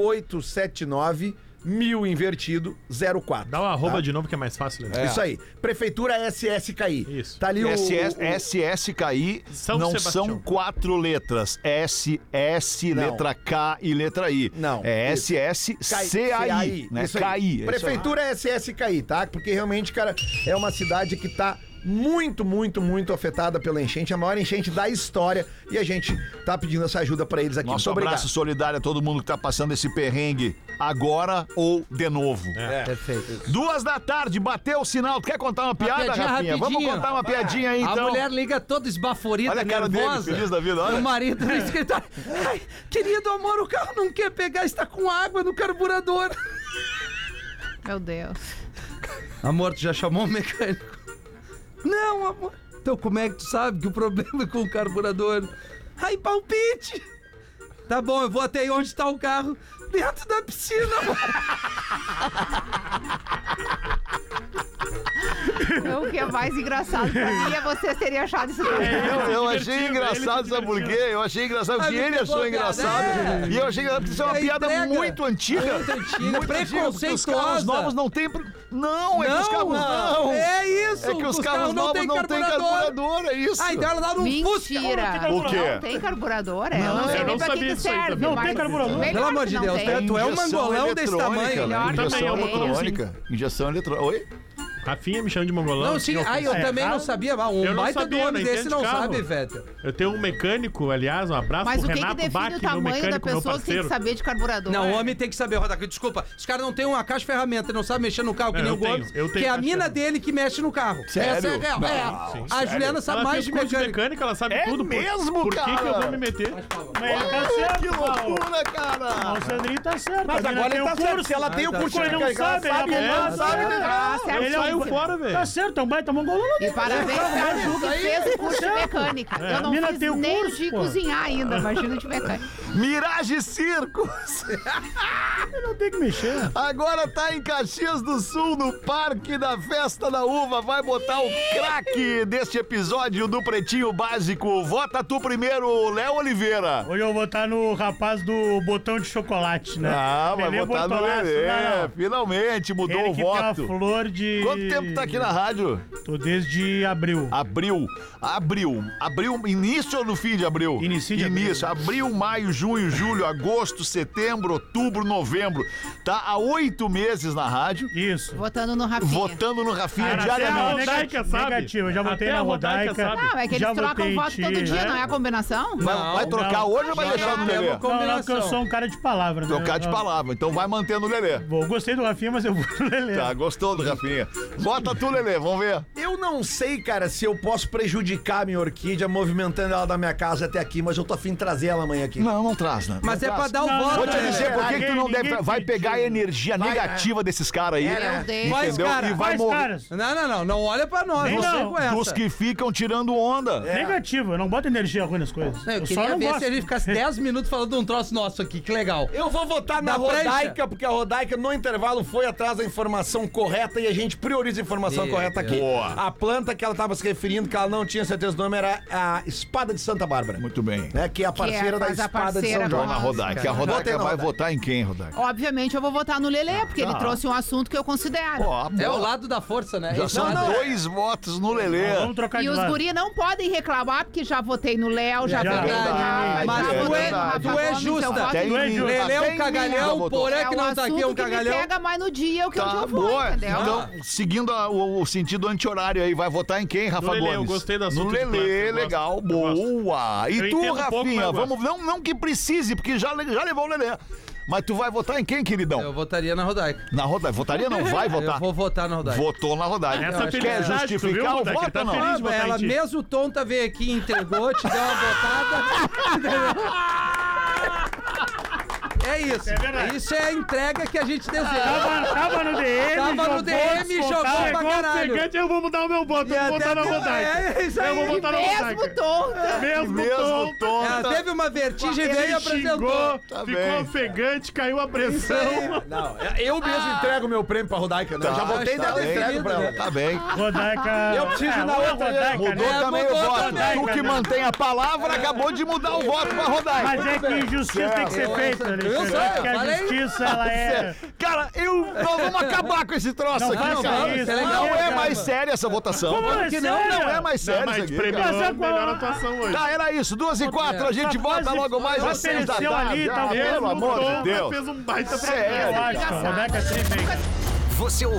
S7: 0879 mil invertido 04.
S8: Dá o arroba
S7: tá?
S8: de novo que é mais fácil, né?
S7: É. Isso aí. Prefeitura SSKI.
S8: Isso.
S7: Tá ali o.
S4: SS,
S7: o-
S4: SSKI
S8: São
S4: não
S8: Sebastião.
S4: são quatro letras. S, S,
S7: Não.
S4: letra K e letra I.
S7: Não.
S4: É
S7: Isso.
S4: SSCAI.
S7: Cai-
S4: CAI, né?
S7: isso aí.
S4: CAI. é isso aí.
S7: Prefeitura SSKI, tá? Porque realmente, cara, é uma cidade que tá muito, muito, muito afetada pela enchente, É a maior enchente da história, e a gente tá pedindo essa ajuda pra eles aqui.
S4: Nosso
S7: Muito obrigado.
S4: abraço solidário a todo mundo que tá passando esse perrengue agora ou de novo.
S7: É.
S5: Perfeito.
S4: Duas da tarde, bateu o sinal. Tu quer contar uma piada,
S5: piadinha
S4: Rafinha? Vamos
S5: rapidinha.
S4: contar uma piadinha aí,
S5: A
S4: então.
S5: mulher liga toda esbaforida,
S4: Olha a cara dele,
S5: nervosa.
S4: feliz da vida, olha.
S5: O marido no escritório. Ai, querido amor, o carro não quer pegar, está com água no carburador.
S9: Meu Deus.
S5: Amor, tu já chamou o mecânico? Não, amor. Então como é que tu sabe que o problema é com o carburador? Ai, palpite. Tá bom, eu vou até aí onde está o carro. Dentro da piscina, amor.
S9: O que é mais engraçado pra mim é vocês terem achado isso
S8: É,
S9: tudo.
S4: Eu, eu achei
S8: divertiu,
S4: engraçado,
S8: ele se
S4: sabe por quê? Eu achei engraçado
S5: Ah,
S4: que
S5: me
S4: ele
S5: pegou a
S4: achou
S5: piada.
S4: engraçado.
S5: É.
S4: E eu achei engraçado porque isso é uma
S5: É
S4: piada
S5: entrega.
S4: muito antiga.
S5: Muito antiga,
S4: antiga, porque Os
S5: preconceituosa.
S4: carros novos não tem. pro- Não, é que os carros não.
S5: É isso.
S4: É que os, carros
S5: não
S4: novos
S5: têm
S4: não têm carburador, é isso.
S5: Ah, então ela dá num Fusca.
S9: Mentira.
S4: O quê?
S9: Não tem carburador, é? eu não sei
S8: eu
S9: nem
S8: não
S9: pra que,
S8: sabia
S9: que
S8: disso aí
S9: serve.
S8: também.
S6: Não tem
S9: mas-
S6: carburador.
S9: Melhor
S5: Pelo amor
S9: que
S5: de
S9: não
S5: Deus,
S9: tem.
S5: tu é um
S4: Injeção
S5: mangolão desse
S4: eletrônica, né?
S5: tamanho.
S9: Melhor
S8: também é
S4: Injeção
S8: um mangolão,
S4: eletrônica. Injeção eletrônica. Oi?
S8: Rafinha me chama de mongolão.
S5: Não, sim,
S8: que
S5: ai, eu
S6: É,
S5: também não
S6: errado.
S5: sabia. mas Um
S8: Eu não
S5: baita
S8: sabia,
S5: do
S8: não
S5: homem desse
S8: entende
S5: não
S8: carro.
S5: sabe, Vettel.
S8: Eu tenho um mecânico, aliás, um abraço
S9: Mas o
S8: pro
S9: que, que
S8: Renato
S9: define
S8: Bach,
S9: o
S8: meu
S9: tamanho da
S8: mecânico, meu
S9: pessoa que tem que
S8: parceiro.
S9: saber de carburador?
S5: Não, o
S9: é?
S5: homem tem que saber rodar. Desculpa, os caras não têm uma caixa de ferramenta, não sabem mexer no carro que
S8: É,
S5: nem
S8: eu
S5: o
S8: tenho,
S5: Gomes,
S8: eu tenho
S5: que é a
S8: caixa de
S5: mina
S8: ferramenta.
S5: dele que mexe no carro.
S4: Sério?
S5: Essa é a real.
S4: Não,
S5: é. A Juliana sabe
S8: Ela
S5: mais
S8: fez
S5: de
S8: curso de
S5: mecânica.
S8: mecânica, ela sabe
S4: Tá É
S8: tudo. pô.
S4: mesmo,
S8: Por que
S4: cara?
S8: que eu vou me meter?
S6: Mas ele tá certo,
S4: Que
S6: Paulo.
S4: loucura, cara!
S6: O Sandrinho tá certo.
S7: Mas
S6: a mina
S7: agora
S6: tem
S7: ele
S6: o
S7: tá certo.
S6: curso.
S7: Se ela tem o
S5: tá
S7: curso,
S6: Pô, ele não
S7: cara, que ela
S6: sabe, ele é
S7: ela
S6: abobado.
S7: sabe, né?
S9: Ah, certo.
S8: Ele um saiu fora,
S6: Tá
S8: velho.
S6: certo, é um baita mongolão. né?
S9: E parabéns
S8: é um
S9: pra Ju que fez o curso de
S6: certo.
S9: mecânica. Eu não
S6: Mina
S9: fiz
S6: tem o
S9: nem
S6: curso,
S9: de
S6: pô.
S9: cozinhar ainda, imagina de mecânica.
S4: Mirage Circos.
S6: Ele não tem que mexer.
S4: Agora tá em Caxias do Sul, no Parque da Festa da Uva. Vai botar o craque deste episódio do Pretinho Básico. Vota tu primeiro, Léo Oliveira.
S6: Hoje eu vou botar no rapaz do botão de chocolate, né?
S4: Ah, vai
S6: Lelê
S4: botar no
S6: Bortolassi.
S4: Lelê.
S6: Não, não.
S4: Finalmente mudou
S6: Ele
S4: o
S6: que tá
S4: voto.
S6: tem uma flor de...
S4: Quanto tempo tá aqui Ah. na rádio?
S6: Tô desde abril.
S4: Abril. Abril. Abril, início ou no fim de abril?
S6: Início de abril.
S4: Início. Abril, maio, junho, julho, agosto, setembro, outubro, novembro. Tá há oito meses na rádio,
S6: Isso.
S9: Votando no Rafinha.
S4: votando no Rafinha
S6: Cara,
S8: é A
S4: diariamente.
S8: Rodaica sabe.
S6: Negativo, eu já votei
S8: Até
S6: na
S8: a Rodaica
S6: Rodaica.
S8: sabe.
S9: Não, é que eles
S6: Já
S9: trocam
S6: votei em
S9: voto
S6: ti,
S9: todo dia,
S6: né?
S9: não é a combinação?
S4: Vai,
S5: Não,
S4: vai trocar
S6: não.
S4: hoje ou vai
S5: Já
S4: deixar no
S5: pega
S4: Lelê?
S5: o co-
S6: Não, não, que eu
S5: É Combinação.
S6: sou um cara de palavra. né?
S4: Trocar de
S6: Eu-
S4: palavra. Então vai mantendo o Lelê.
S6: Vou, gostei do Rafinha, mas eu vou no Lelê.
S4: Tá, gostou do Rafinha. Bota tu, Lelê, vamos ver.
S7: Eu não sei, cara, se eu posso prejudicar a minha orquídea movimentando ela da minha casa até aqui, mas eu tô afim de trazer ela amanhã aqui.
S4: Não, não traz, né?
S5: Mas é pra dar o
S6: Não,
S5: voto,
S4: Vou te
S5: né?
S4: dizer por que que tu não
S6: Ninguém
S4: deve. Vai
S6: pediu.
S4: pegar a energia
S7: Vai,
S4: negativa desses caras aí.
S7: É,
S9: Meu Deus.
S5: Mas,
S4: Entendeu?
S5: cara,
S4: E vai
S6: Mas,
S4: morrer.
S6: caras,
S5: Não, não, não. Não olha pra nós.
S6: Nem
S5: Você
S6: não.
S5: com essa.
S4: Dos que ficam tirando onda.
S5: É.
S6: negativo, eu não boto energia ruim nas coisas.
S5: Não, eu,
S6: eu só
S5: queria
S6: não
S5: ver
S6: gosto.
S5: se ele ficasse 10 minutos falando de um troço nosso aqui. Que legal.
S7: Eu vou votar na
S5: Da prancha.
S7: Rodaica, porque a Rodaica, no intervalo, foi atrás da informação correta e a gente prioriza a informação
S5: Meu
S7: correta
S5: Deus.
S7: aqui.
S4: Boa.
S7: A planta que ela estava se referindo, que ela não tinha certeza do nome, era a Espada de Santa Bárbara.
S4: Muito bem.
S7: Né, que é a parceira da
S9: faz a
S7: Espada
S9: parceira
S5: É
S7: de São
S9: com
S7: João.
S4: Na Rodaica. A Rodaica
S7: Votem na
S4: vai
S7: Rodaica.
S4: votar em quem, Rodaica?
S9: Obviamente eu vou votar no
S6: Ah,
S9: Lelê, porque
S6: tá.
S9: ele trouxe um assunto que eu considero.
S4: Ó,
S5: É o
S4: boa.
S5: lado da força, né?
S4: Já
S5: Esse
S4: são
S5: lado é-
S4: dois votos no Lelê.
S6: Então, Vamos trocar
S9: E
S6: de
S9: os
S6: lado.
S9: guri não podem reclamar, porque já votei no Léo, já
S6: Já tá.
S9: votei no
S6: verdade.
S9: Rafa,
S5: Mas
S9: já
S5: tu é-
S9: votei no Rafa
S5: tu é
S9: Gomes, eu
S5: justa.
S9: voto
S4: Até
S9: no
S4: em
S6: Lelê
S4: mim,
S5: é
S4: até
S5: um
S4: em mim
S5: cagalhão,
S4: ela votou.
S5: porém- É que
S9: um
S5: não tá aqui, é um
S9: assunto que me
S5: cagalhão.
S9: pega mais no dia, o que eu
S4: Tá
S9: já vou,
S4: boa.
S9: entendeu?
S4: Então, seguindo a- o, o sentido anti-horário aí, vai votar em quem, Rafa
S8: No Lelê,
S4: Gomes?
S8: eu gostei do assunto
S4: No
S8: de planta,
S4: Lelê,
S8: eu gosto,
S4: legal,
S8: eu gosto.
S4: boa. E
S8: Eu
S4: tu,
S8: entendo um pouco, mas
S4: Rafinha,
S8: eu gosto.
S4: vamos, não, não que precise, porque já, le- já levou o Lelê. Mas tu vai votar em quem, queridão?
S5: Eu votaria na Rodaica.
S4: Na rodada. Votaria não? Vai
S5: Eu
S4: votar.
S5: vou votar na Rodaica.
S4: Votou na rodada.
S8: Essa
S5: é
S4: Quer
S8: felicidade, tu viu,
S4: justificar o
S8: Rodaica? Ele
S4: voto
S8: tá
S4: ou não?
S8: feliz.
S5: Ah,
S8: de votar em
S5: ela
S8: ti.
S5: mesmo tonta veio aqui, entregou, te deu uma botada. É isso.
S6: É verdade. Ah,
S5: isso é a entrega que a gente deseja.
S6: Tava, tava no DM,
S5: Tava no
S6: jogou,
S5: DM,
S6: descontava,
S5: jogou pra
S6: chegou o
S5: caralho.
S6: pegante, Eu vou mudar o meu voto, eu vou botar na Rodaica.
S5: É isso aí.
S6: Eu vou botar É. na
S9: Mesmo
S6: Rodaica.
S9: tonta.
S6: Mesmo,
S4: Mesmo
S6: tom. É,
S5: Ela
S4: tonta.
S5: Ah, teve uma vertigem, veio e
S6: Ele
S5: apresentou.
S6: xingou,
S4: Tá
S6: ficou
S4: bem. é.
S6: ofegante, caiu a pressão.
S7: É, Não, eu mesmo entrego meu prêmio pra Rodaica, né?
S4: Tá,
S5: Ah,
S7: já votei
S4: tá
S7: dela
S4: bem.
S7: entrego pra ela.
S4: Tá bem.
S8: Ah,
S6: Rodaica...
S7: Eu preciso na
S6: ou é
S7: outra,
S6: Rodaica,
S4: Mudou
S6: né?
S4: também
S5: mudou
S4: o voto.
S5: também.
S4: Tu que mantém a palavra
S8: É.
S4: acabou de mudar o voto pra Rodaica.
S6: Mas é que injustiça tem que ser
S5: Eu-
S6: feita,
S5: eu
S6: Alexandre.
S5: sei,
S6: Acho que a
S5: falei.
S6: justiça, ela é...
S4: Cara, eu, nós vamos acabar com esse troço
S6: Não
S4: aqui,
S6: faça
S4: cara.
S6: isso,
S4: não
S5: não
S4: é
S5: acaba.
S4: mais séria essa votação.
S6: Como é
S4: Porque não,
S6: séria?
S4: não é mais séria
S8: Mas
S4: isso
S8: a gente
S4: aqui, cara.
S8: premiou
S6: Mas é
S8: a
S6: agora-
S8: melhor atuação hoje.
S4: Tá, era isso. Duas e quatro, a gente
S6: Tá
S4: volta
S6: quase-
S4: logo mais
S6: já
S4: às seis da
S6: apareceu
S4: tarde.
S6: ali, tá
S4: Ah,
S6: vendo?
S4: Pelo amor
S8: Tom,
S4: de
S8: mas
S4: Deus.
S8: fez um baita
S4: Tá. Sério,
S6: Eu acho que a Rodaica é tri, bem.
S1: Você ouviu?